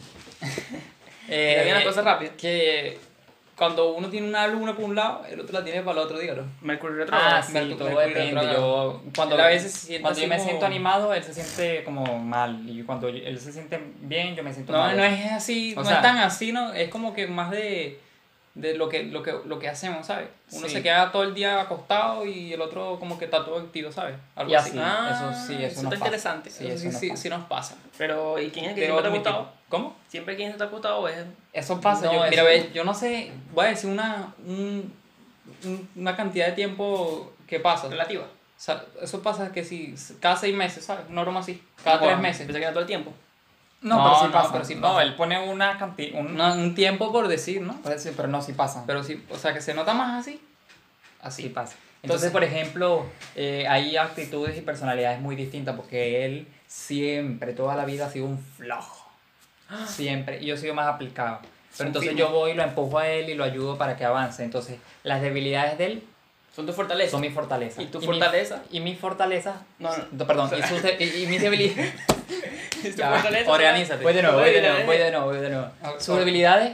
[SPEAKER 1] Eh, viene la cosa rápida.
[SPEAKER 3] Que cuando uno tiene una luna por un lado, el otro la tiene para el otro, dígalo.
[SPEAKER 1] Mercurio retrógrado.
[SPEAKER 2] Ah, sí,
[SPEAKER 3] Mercurio
[SPEAKER 2] todo
[SPEAKER 3] retrógrado.
[SPEAKER 2] depende. Yo, cuando
[SPEAKER 3] Él a veces se siente
[SPEAKER 2] cuando yo
[SPEAKER 3] así
[SPEAKER 2] me
[SPEAKER 3] como-
[SPEAKER 2] siento animado, él se siente como mal. Y cuando yo- él se siente bien, yo me siento
[SPEAKER 3] No,
[SPEAKER 2] mal.
[SPEAKER 3] no es así,
[SPEAKER 2] Pues O
[SPEAKER 3] no
[SPEAKER 2] sea-
[SPEAKER 3] es tan así, no, es como que más de, de lo, que, lo, que, lo que hacemos, ¿sabes? Uno
[SPEAKER 2] Sí.
[SPEAKER 3] se queda todo el día acostado y el otro como que está todo activo, ¿sabes? Algo
[SPEAKER 2] Y así,
[SPEAKER 3] así. Ah,
[SPEAKER 2] eso sí, eso,
[SPEAKER 1] eso
[SPEAKER 2] nos
[SPEAKER 1] está
[SPEAKER 2] pasa.
[SPEAKER 1] interesante.
[SPEAKER 2] Sí,
[SPEAKER 3] eso
[SPEAKER 2] eso
[SPEAKER 3] sí,
[SPEAKER 2] nos
[SPEAKER 3] sí,
[SPEAKER 2] pasa.
[SPEAKER 3] sí nos pasa.
[SPEAKER 1] Pero, ¿y quién es el que
[SPEAKER 3] Debo
[SPEAKER 1] siempre te ha
[SPEAKER 3] admitir.
[SPEAKER 1] gustado?
[SPEAKER 3] ¿Cómo?
[SPEAKER 1] ¿Siempre quién te ha gustado es
[SPEAKER 2] Eso pasa.
[SPEAKER 3] No,
[SPEAKER 2] yo,
[SPEAKER 3] mira,
[SPEAKER 2] eso-
[SPEAKER 3] ve, yo no sé, voy a decir una, un- un- una cantidad de tiempo que pasa. O
[SPEAKER 1] relativa?
[SPEAKER 3] sea, eso pasa que si cada seis meses, ¿sabes? Una broma así, cada tres meses.
[SPEAKER 1] Pensé que era todo el tiempo.
[SPEAKER 2] No,
[SPEAKER 3] No,
[SPEAKER 2] pero sí
[SPEAKER 3] no,
[SPEAKER 2] pasa.
[SPEAKER 3] pero sí
[SPEAKER 2] No,
[SPEAKER 3] pasa.
[SPEAKER 2] él pone una cantidad. Un...
[SPEAKER 3] Una- un tiempo por decir, ¿no?
[SPEAKER 2] Pero sí, pero no, sí pasa.
[SPEAKER 3] Pero sí, o sea, que se nota más así.
[SPEAKER 2] Así pasa. Entonces, por ejemplo, eh, hay actitudes y personalidades muy distintas porque él siempre, toda la vida ha sido un flojo. Siempre. Y yo he sido más aplicado. Pero entonces yo voy y lo empujo a él y lo ayudo para que avance. Entonces, las debilidades de él
[SPEAKER 1] Son tus fortalezas.
[SPEAKER 2] son mis fortalezas.
[SPEAKER 1] ¿Y tu
[SPEAKER 2] mi-
[SPEAKER 1] fortaleza?
[SPEAKER 2] y mis fortalezas.
[SPEAKER 1] No, no.
[SPEAKER 2] no, Perdón, y, sus de- y- y mis debilidades.
[SPEAKER 1] ¿Tus
[SPEAKER 2] Ya,
[SPEAKER 1] fortalezas?
[SPEAKER 3] organízate.
[SPEAKER 2] Voy de nuevo, voy de
[SPEAKER 1] Debilidades.
[SPEAKER 2] nuevo, voy de nuevo, voy de nuevo.
[SPEAKER 3] Ah,
[SPEAKER 2] Sus
[SPEAKER 3] ah.
[SPEAKER 2] debilidades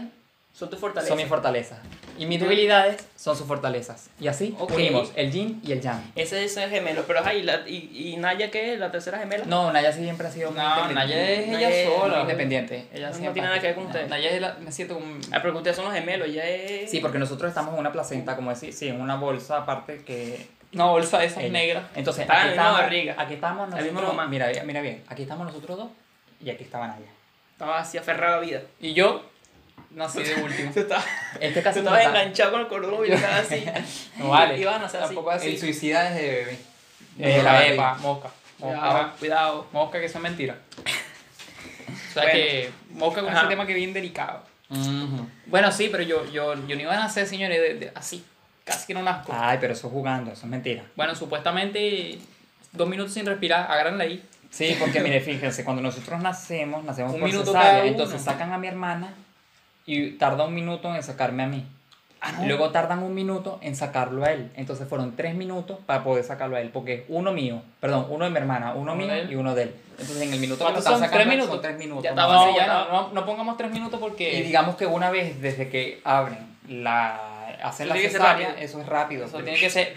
[SPEAKER 1] Son tus fortalezas.
[SPEAKER 2] son mis fortalezas. Y mis debilidades son sus fortalezas. Y así
[SPEAKER 1] Ok.
[SPEAKER 2] unimos el yin y el yang.
[SPEAKER 1] Ese es el gemelo. Pero, ajá, ¿y, la- y, y Naya qué es? ¿La tercera gemela?
[SPEAKER 2] No, Naya siempre ha sido muy
[SPEAKER 3] No,
[SPEAKER 2] independiente.
[SPEAKER 3] Naya es
[SPEAKER 1] Naya
[SPEAKER 3] ella
[SPEAKER 1] es muy
[SPEAKER 3] sola.
[SPEAKER 2] independiente. Ella
[SPEAKER 1] No
[SPEAKER 2] siempre
[SPEAKER 1] tiene nada que ver con
[SPEAKER 2] No.
[SPEAKER 1] ustedes.
[SPEAKER 3] Naya es la- me siento como...
[SPEAKER 1] Ah, pero que ustedes son los gemelos, ya es...
[SPEAKER 2] Sí, porque nosotros estamos en una placenta, como decir, sí, en una bolsa aparte que...
[SPEAKER 3] No, bolsa de esas
[SPEAKER 2] ella.
[SPEAKER 3] negras.
[SPEAKER 2] Entonces,
[SPEAKER 1] Está en
[SPEAKER 2] aquí
[SPEAKER 1] la
[SPEAKER 2] estamos,
[SPEAKER 1] barriga.
[SPEAKER 2] aquí estamos
[SPEAKER 1] La misma mamá.
[SPEAKER 2] nosotros, mira, mira bien, aquí estamos nosotros dos y aquí estaba Naya.
[SPEAKER 1] Estaba así aferrado a vida.
[SPEAKER 3] Y yo nací de último. Eh,
[SPEAKER 1] Tú estabas,
[SPEAKER 2] Es que
[SPEAKER 1] tú
[SPEAKER 2] casi
[SPEAKER 1] estabas
[SPEAKER 2] nos da-
[SPEAKER 1] enganchado con el cordón y yo estaba así.
[SPEAKER 3] No vale.
[SPEAKER 1] Iban a hacer así.
[SPEAKER 3] Tampoco así.
[SPEAKER 4] El suicida desde bebé.
[SPEAKER 2] Eh,
[SPEAKER 3] Eh, la
[SPEAKER 2] vale.
[SPEAKER 3] EPA, mosca.
[SPEAKER 1] Cuidado,
[SPEAKER 3] Mosca,
[SPEAKER 1] cuidado.
[SPEAKER 3] mosca que eso es mentira. O sea
[SPEAKER 1] Bueno.
[SPEAKER 3] que mosca con
[SPEAKER 1] Ajá.
[SPEAKER 3] ese tema que es bien delicado.
[SPEAKER 2] Ujú.
[SPEAKER 3] Bueno, sí, pero yo, yo, yo no iba a nacer, señores, de- de- así. Casi que no nazco.
[SPEAKER 2] Ay, pero eso es jugando, eso es mentira.
[SPEAKER 3] Bueno, supuestamente dos minutos sin respirar, agárrenla ahí.
[SPEAKER 2] Sí, porque mire, fíjense, cuando nosotros nacemos, nacemos
[SPEAKER 3] Un
[SPEAKER 2] por
[SPEAKER 3] minuto
[SPEAKER 2] cesárea,
[SPEAKER 3] cada uno.
[SPEAKER 2] entonces sacan a mi hermana y tarda un minuto en sacarme a mí.
[SPEAKER 3] Ah, no.
[SPEAKER 2] Luego tardan un minuto en sacarlo a él. Entonces fueron tres minutos para poder sacarlo a él, porque es uno mío, perdón, uno de mi hermana, uno,
[SPEAKER 3] Uno
[SPEAKER 2] mío
[SPEAKER 3] de él.
[SPEAKER 2] y uno de él. Entonces en el minuto que lo
[SPEAKER 3] ¿Cuántos
[SPEAKER 2] están
[SPEAKER 3] son?
[SPEAKER 2] sacando
[SPEAKER 3] ¿Tres
[SPEAKER 2] a él,
[SPEAKER 3] minutos?
[SPEAKER 2] son tres minutos.
[SPEAKER 1] Ya
[SPEAKER 2] ¿no?
[SPEAKER 1] estaba.
[SPEAKER 3] No,
[SPEAKER 1] sí,
[SPEAKER 3] ya
[SPEAKER 1] ya.
[SPEAKER 3] no, no, no pongamos tres minutos
[SPEAKER 2] Y
[SPEAKER 3] porque
[SPEAKER 2] digamos que una vez desde que abren la hacen la
[SPEAKER 1] Tiene que ser
[SPEAKER 2] cesárea,
[SPEAKER 1] rápido.
[SPEAKER 2] eso es rápido.
[SPEAKER 3] eso tiene que ser.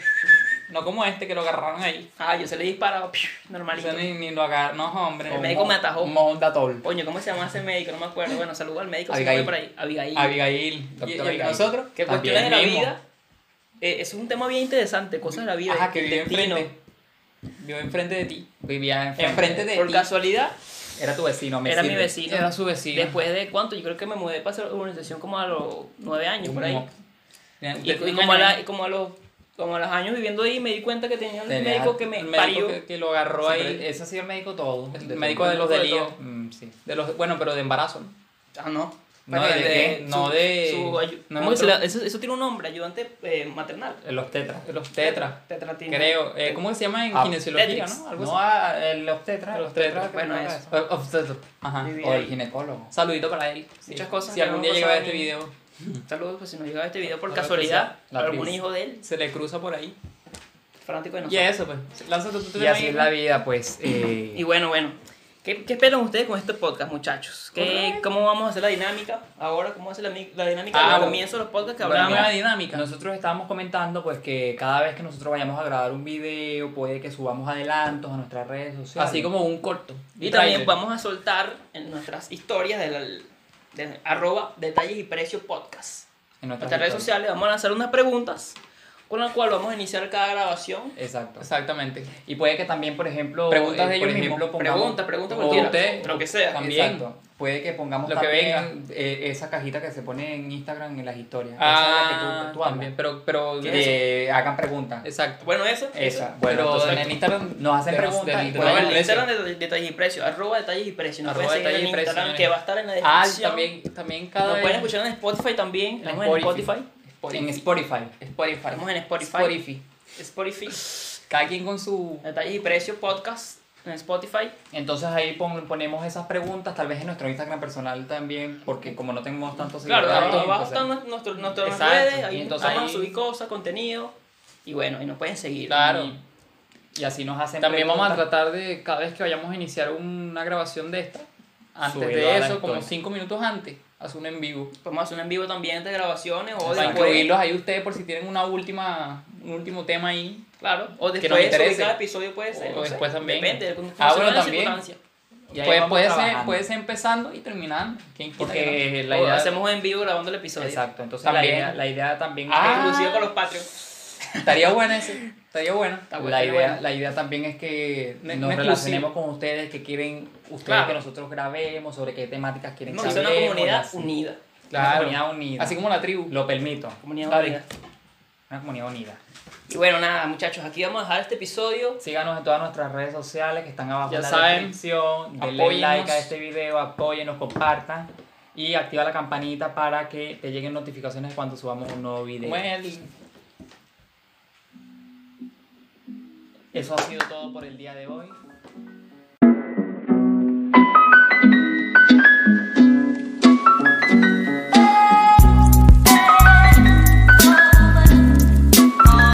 [SPEAKER 3] No como este que lo agarraron ahí.
[SPEAKER 1] Ah, yo se le he disparado. piu,
[SPEAKER 3] O sea,
[SPEAKER 1] Normalito.
[SPEAKER 3] ni, ni lo agarraron. No, hombre.
[SPEAKER 1] El médico me atajó.
[SPEAKER 2] Mondatol.
[SPEAKER 1] Coño, ¿cómo se llama ese médico? No me acuerdo. Bueno, saludo al médico. Si
[SPEAKER 2] Abigail.
[SPEAKER 1] voy por ahí. Abigail.
[SPEAKER 3] Abigail. Y-
[SPEAKER 2] Doctora
[SPEAKER 3] y
[SPEAKER 2] Abigail.
[SPEAKER 3] nosotros?
[SPEAKER 1] Que
[SPEAKER 2] También
[SPEAKER 1] cuestiones de la
[SPEAKER 3] mismo.
[SPEAKER 1] vida. eh, es un tema bien interesante. Cosas de la vida.
[SPEAKER 3] Ajá, que
[SPEAKER 1] el
[SPEAKER 3] vive
[SPEAKER 1] destino.
[SPEAKER 3] enfrente. Vive enfrente de ti.
[SPEAKER 2] Vivía enfrente.
[SPEAKER 3] Enfrente de
[SPEAKER 1] Por
[SPEAKER 3] ti.
[SPEAKER 1] casualidad,
[SPEAKER 2] Era tu vecino, me
[SPEAKER 1] era mi
[SPEAKER 2] sirve.
[SPEAKER 1] vecino.
[SPEAKER 3] Era su vecino.
[SPEAKER 1] Después de cuánto, yo creo que me mudé para hacer urbanización como a los nueve años, por ahí.
[SPEAKER 2] Como-
[SPEAKER 1] Y, y como, a la- y como a los como a los años viviendo ahí, me di cuenta que tenía un
[SPEAKER 2] Tenía
[SPEAKER 1] médico que me
[SPEAKER 3] el
[SPEAKER 1] parió.
[SPEAKER 3] médico que, que lo agarró
[SPEAKER 2] Siempre-
[SPEAKER 3] ahí.
[SPEAKER 2] Ese ha sido el médico todo.
[SPEAKER 3] El médico de los
[SPEAKER 1] de
[SPEAKER 3] delirios.
[SPEAKER 1] todo.
[SPEAKER 2] Mm, sí.
[SPEAKER 3] De los, bueno, pero de embarazo. ¿no?
[SPEAKER 1] Ah, no.
[SPEAKER 3] No,
[SPEAKER 2] ¿Para
[SPEAKER 3] de,
[SPEAKER 2] qué? ¿De qué?
[SPEAKER 3] no
[SPEAKER 1] Su-
[SPEAKER 3] de.
[SPEAKER 1] su ayu-
[SPEAKER 3] no
[SPEAKER 1] ¿cómo que se
[SPEAKER 3] encontró-
[SPEAKER 1] le- eso, eso tiene un nombre, ayudante eh, maternal.
[SPEAKER 2] Los tetras.
[SPEAKER 3] Los tetras.
[SPEAKER 1] Tetratina.
[SPEAKER 3] Creo. Eh, ¿Cómo se llama en
[SPEAKER 2] Ah,
[SPEAKER 3] kinesiología,
[SPEAKER 1] Tetris.
[SPEAKER 3] no? Algo
[SPEAKER 2] No, a- eh, los tetras.
[SPEAKER 3] Los tetras,
[SPEAKER 1] bueno,
[SPEAKER 2] no era
[SPEAKER 1] eso.
[SPEAKER 3] así. Eh, obstetra. Ajá. Oh,
[SPEAKER 1] Vivi
[SPEAKER 2] O el
[SPEAKER 1] ahí.
[SPEAKER 2] ginecólogo.
[SPEAKER 3] Saludito para él. sí.
[SPEAKER 1] Muchas cosas
[SPEAKER 3] Si
[SPEAKER 1] que
[SPEAKER 3] algún
[SPEAKER 1] no
[SPEAKER 3] día llega a ver
[SPEAKER 1] pasaron
[SPEAKER 3] este
[SPEAKER 1] y-
[SPEAKER 3] video,
[SPEAKER 1] Saludos, pues si nos llegaba este video por
[SPEAKER 2] Saludos,
[SPEAKER 1] casualidad,
[SPEAKER 2] la
[SPEAKER 1] algún
[SPEAKER 2] prisa.
[SPEAKER 1] hijo de él,
[SPEAKER 3] se le cruza por ahí.
[SPEAKER 1] fanático de
[SPEAKER 3] Y
[SPEAKER 1] nosotros.
[SPEAKER 3] eso, pues. Lánzate tu
[SPEAKER 2] Y
[SPEAKER 3] tema
[SPEAKER 2] así
[SPEAKER 3] ahí.
[SPEAKER 2] es la vida, pues. eh,
[SPEAKER 1] Y bueno, bueno. ¿Qué, qué esperan ustedes con este podcast, muchachos? ¿Qué, ¿Cómo vamos a hacer la dinámica ahora? ¿Cómo va a ser la, mi- la dinámica
[SPEAKER 3] Ah,
[SPEAKER 1] al
[SPEAKER 3] bueno.
[SPEAKER 1] comienzo de los podcasts que
[SPEAKER 2] Bueno,
[SPEAKER 1] hablábamos?
[SPEAKER 3] Una dinámica.
[SPEAKER 2] Nosotros estábamos comentando pues que cada vez que nosotros vayamos a grabar un video puede que subamos adelantos a nuestras redes sociales.
[SPEAKER 3] Así como un corto.
[SPEAKER 1] y también
[SPEAKER 3] un tráiler.
[SPEAKER 1] vamos a soltar en nuestras historias de, la, de arroba detalles y precios podcast.
[SPEAKER 2] en
[SPEAKER 1] En nuestras redes
[SPEAKER 2] historias.
[SPEAKER 1] sociales vamos a lanzar unas preguntas con las cuales vamos a iniciar cada grabación.
[SPEAKER 2] Exacto.
[SPEAKER 3] Exactamente.
[SPEAKER 2] Y puede que también, por ejemplo, eh,
[SPEAKER 3] Preguntas de
[SPEAKER 2] por
[SPEAKER 3] ellos
[SPEAKER 2] ejemplo,
[SPEAKER 3] mismos.
[SPEAKER 2] pongamos-
[SPEAKER 1] Pregunta, pregunta
[SPEAKER 2] o
[SPEAKER 1] cualquiera,
[SPEAKER 3] usted,
[SPEAKER 1] lo que sea.
[SPEAKER 3] también.
[SPEAKER 2] Exacto. Puede que pongamos
[SPEAKER 3] Lo que
[SPEAKER 2] también, eh, esa cajita que se pone en Instagram en las historias. esa es la
[SPEAKER 3] Ah,
[SPEAKER 2] que tú, tú hablas.
[SPEAKER 3] también. Pero, pero.
[SPEAKER 2] Que hagan preguntas.
[SPEAKER 3] Exacto.
[SPEAKER 1] Bueno, eso.
[SPEAKER 2] Esa.
[SPEAKER 1] eso.
[SPEAKER 2] Bueno,
[SPEAKER 3] pero
[SPEAKER 2] entonces,
[SPEAKER 3] en el Instagram
[SPEAKER 2] nos hacen
[SPEAKER 3] de nos-
[SPEAKER 2] preguntas
[SPEAKER 3] del-
[SPEAKER 2] y
[SPEAKER 1] No,
[SPEAKER 3] del-
[SPEAKER 2] podemos-
[SPEAKER 1] el
[SPEAKER 3] del-
[SPEAKER 1] Instagram de detalles y precios, arroba detalles y precios. Nos
[SPEAKER 3] Arroba
[SPEAKER 1] pueden seguir en
[SPEAKER 3] detalles y precios,
[SPEAKER 1] Instagram que
[SPEAKER 3] señores.
[SPEAKER 1] va a estar en la
[SPEAKER 3] Ah, y
[SPEAKER 1] descripción.
[SPEAKER 3] también, también cada
[SPEAKER 1] Nos
[SPEAKER 3] vez.
[SPEAKER 1] pueden escuchar en Spotify también. Estamos en
[SPEAKER 3] Spotify.
[SPEAKER 1] Spotify.
[SPEAKER 2] en Spotify.
[SPEAKER 3] Spotify.
[SPEAKER 1] Estamos en Spotify.
[SPEAKER 3] Spotify.
[SPEAKER 1] Spotify.
[SPEAKER 3] Cada quien con su.
[SPEAKER 1] Detalles y precios podcast en Spotify.
[SPEAKER 2] Entonces ahí pon- ponemos esas preguntas, tal vez en nuestro Instagram personal también, porque como no tenemos tantos
[SPEAKER 1] Claro,
[SPEAKER 2] seguidores,
[SPEAKER 1] abajo- abajo
[SPEAKER 2] entonces-
[SPEAKER 1] están nuestros- nuestros- nuestras
[SPEAKER 3] Exacto,
[SPEAKER 1] redes.
[SPEAKER 2] y
[SPEAKER 1] Ahí
[SPEAKER 2] entonces
[SPEAKER 1] vamos
[SPEAKER 2] ahí-
[SPEAKER 1] a subir cosas, contenido. Y bueno, y nos pueden seguir.
[SPEAKER 3] Claro.
[SPEAKER 2] y así nos hacen
[SPEAKER 3] También vamos a
[SPEAKER 2] preguntas.
[SPEAKER 3] tratar de, cada vez que vayamos a iniciar una grabación de esta, antes
[SPEAKER 2] Subirlo a
[SPEAKER 3] de
[SPEAKER 2] la
[SPEAKER 3] eso, como
[SPEAKER 2] historia.
[SPEAKER 3] 5 minutos antes, hacer un en vivo.
[SPEAKER 1] Podemos hacer un en vivo también de grabaciones o
[SPEAKER 3] Para
[SPEAKER 2] pues.
[SPEAKER 1] después.
[SPEAKER 3] incluirlos ahí ustedes por si tienen una última, un último tema ahí.
[SPEAKER 1] Claro, o
[SPEAKER 3] Que nos
[SPEAKER 1] después
[SPEAKER 3] interese.
[SPEAKER 1] sobre cada episodio puede ser.
[SPEAKER 3] O
[SPEAKER 1] no sé,
[SPEAKER 3] después también.
[SPEAKER 1] Depende, de cómo
[SPEAKER 3] Ah,
[SPEAKER 1] funciona
[SPEAKER 3] bueno,
[SPEAKER 1] la
[SPEAKER 3] también.
[SPEAKER 1] circunstancia.
[SPEAKER 2] Y ahí
[SPEAKER 3] Puede,
[SPEAKER 2] vamos
[SPEAKER 3] puede, ser,
[SPEAKER 2] trabajando.
[SPEAKER 3] puede ser empezando y terminando. ¿Quién quita que no?
[SPEAKER 2] Porque la
[SPEAKER 1] O
[SPEAKER 2] idea
[SPEAKER 1] hacemos en vivo grabando el episodio.
[SPEAKER 2] Exacto, entonces
[SPEAKER 3] También.
[SPEAKER 2] la idea, la idea también
[SPEAKER 3] Ah,
[SPEAKER 1] Exclusivo con los Patreons.
[SPEAKER 3] Estaría bueno ese. Estaría bueno.
[SPEAKER 1] está bueno,
[SPEAKER 2] la
[SPEAKER 1] está
[SPEAKER 2] idea,
[SPEAKER 1] bueno.
[SPEAKER 2] la idea también es que
[SPEAKER 3] No-
[SPEAKER 2] nos
[SPEAKER 3] no exclusivo.
[SPEAKER 2] relacionemos con ustedes, que quieren ustedes
[SPEAKER 1] Claro.
[SPEAKER 2] que nosotros grabemos, sobre qué temáticas quieren
[SPEAKER 1] No,
[SPEAKER 2] que
[SPEAKER 1] es una
[SPEAKER 2] hablemos,
[SPEAKER 1] comunidad
[SPEAKER 2] y así.
[SPEAKER 1] unida.
[SPEAKER 2] Una
[SPEAKER 3] Claro.
[SPEAKER 2] comunidad unida.
[SPEAKER 3] Así como la tribu.
[SPEAKER 2] Lo permito.
[SPEAKER 1] Comunidad
[SPEAKER 2] Dale.
[SPEAKER 1] unida.
[SPEAKER 2] Una comunidad unida.
[SPEAKER 1] Y bueno, nada, muchachos, aquí vamos a dejar este episodio.
[SPEAKER 2] Síganos en todas nuestras redes sociales que están abajo
[SPEAKER 3] Ya
[SPEAKER 2] en la
[SPEAKER 3] saben.
[SPEAKER 2] descripción. Denle
[SPEAKER 3] Apóyennos.
[SPEAKER 2] like a este video, apóyennos, compartan. Y activa la campanita para que te lleguen notificaciones cuando subamos un nuevo video.
[SPEAKER 3] Como es el-
[SPEAKER 2] Eso ha sido todo por el día de hoy.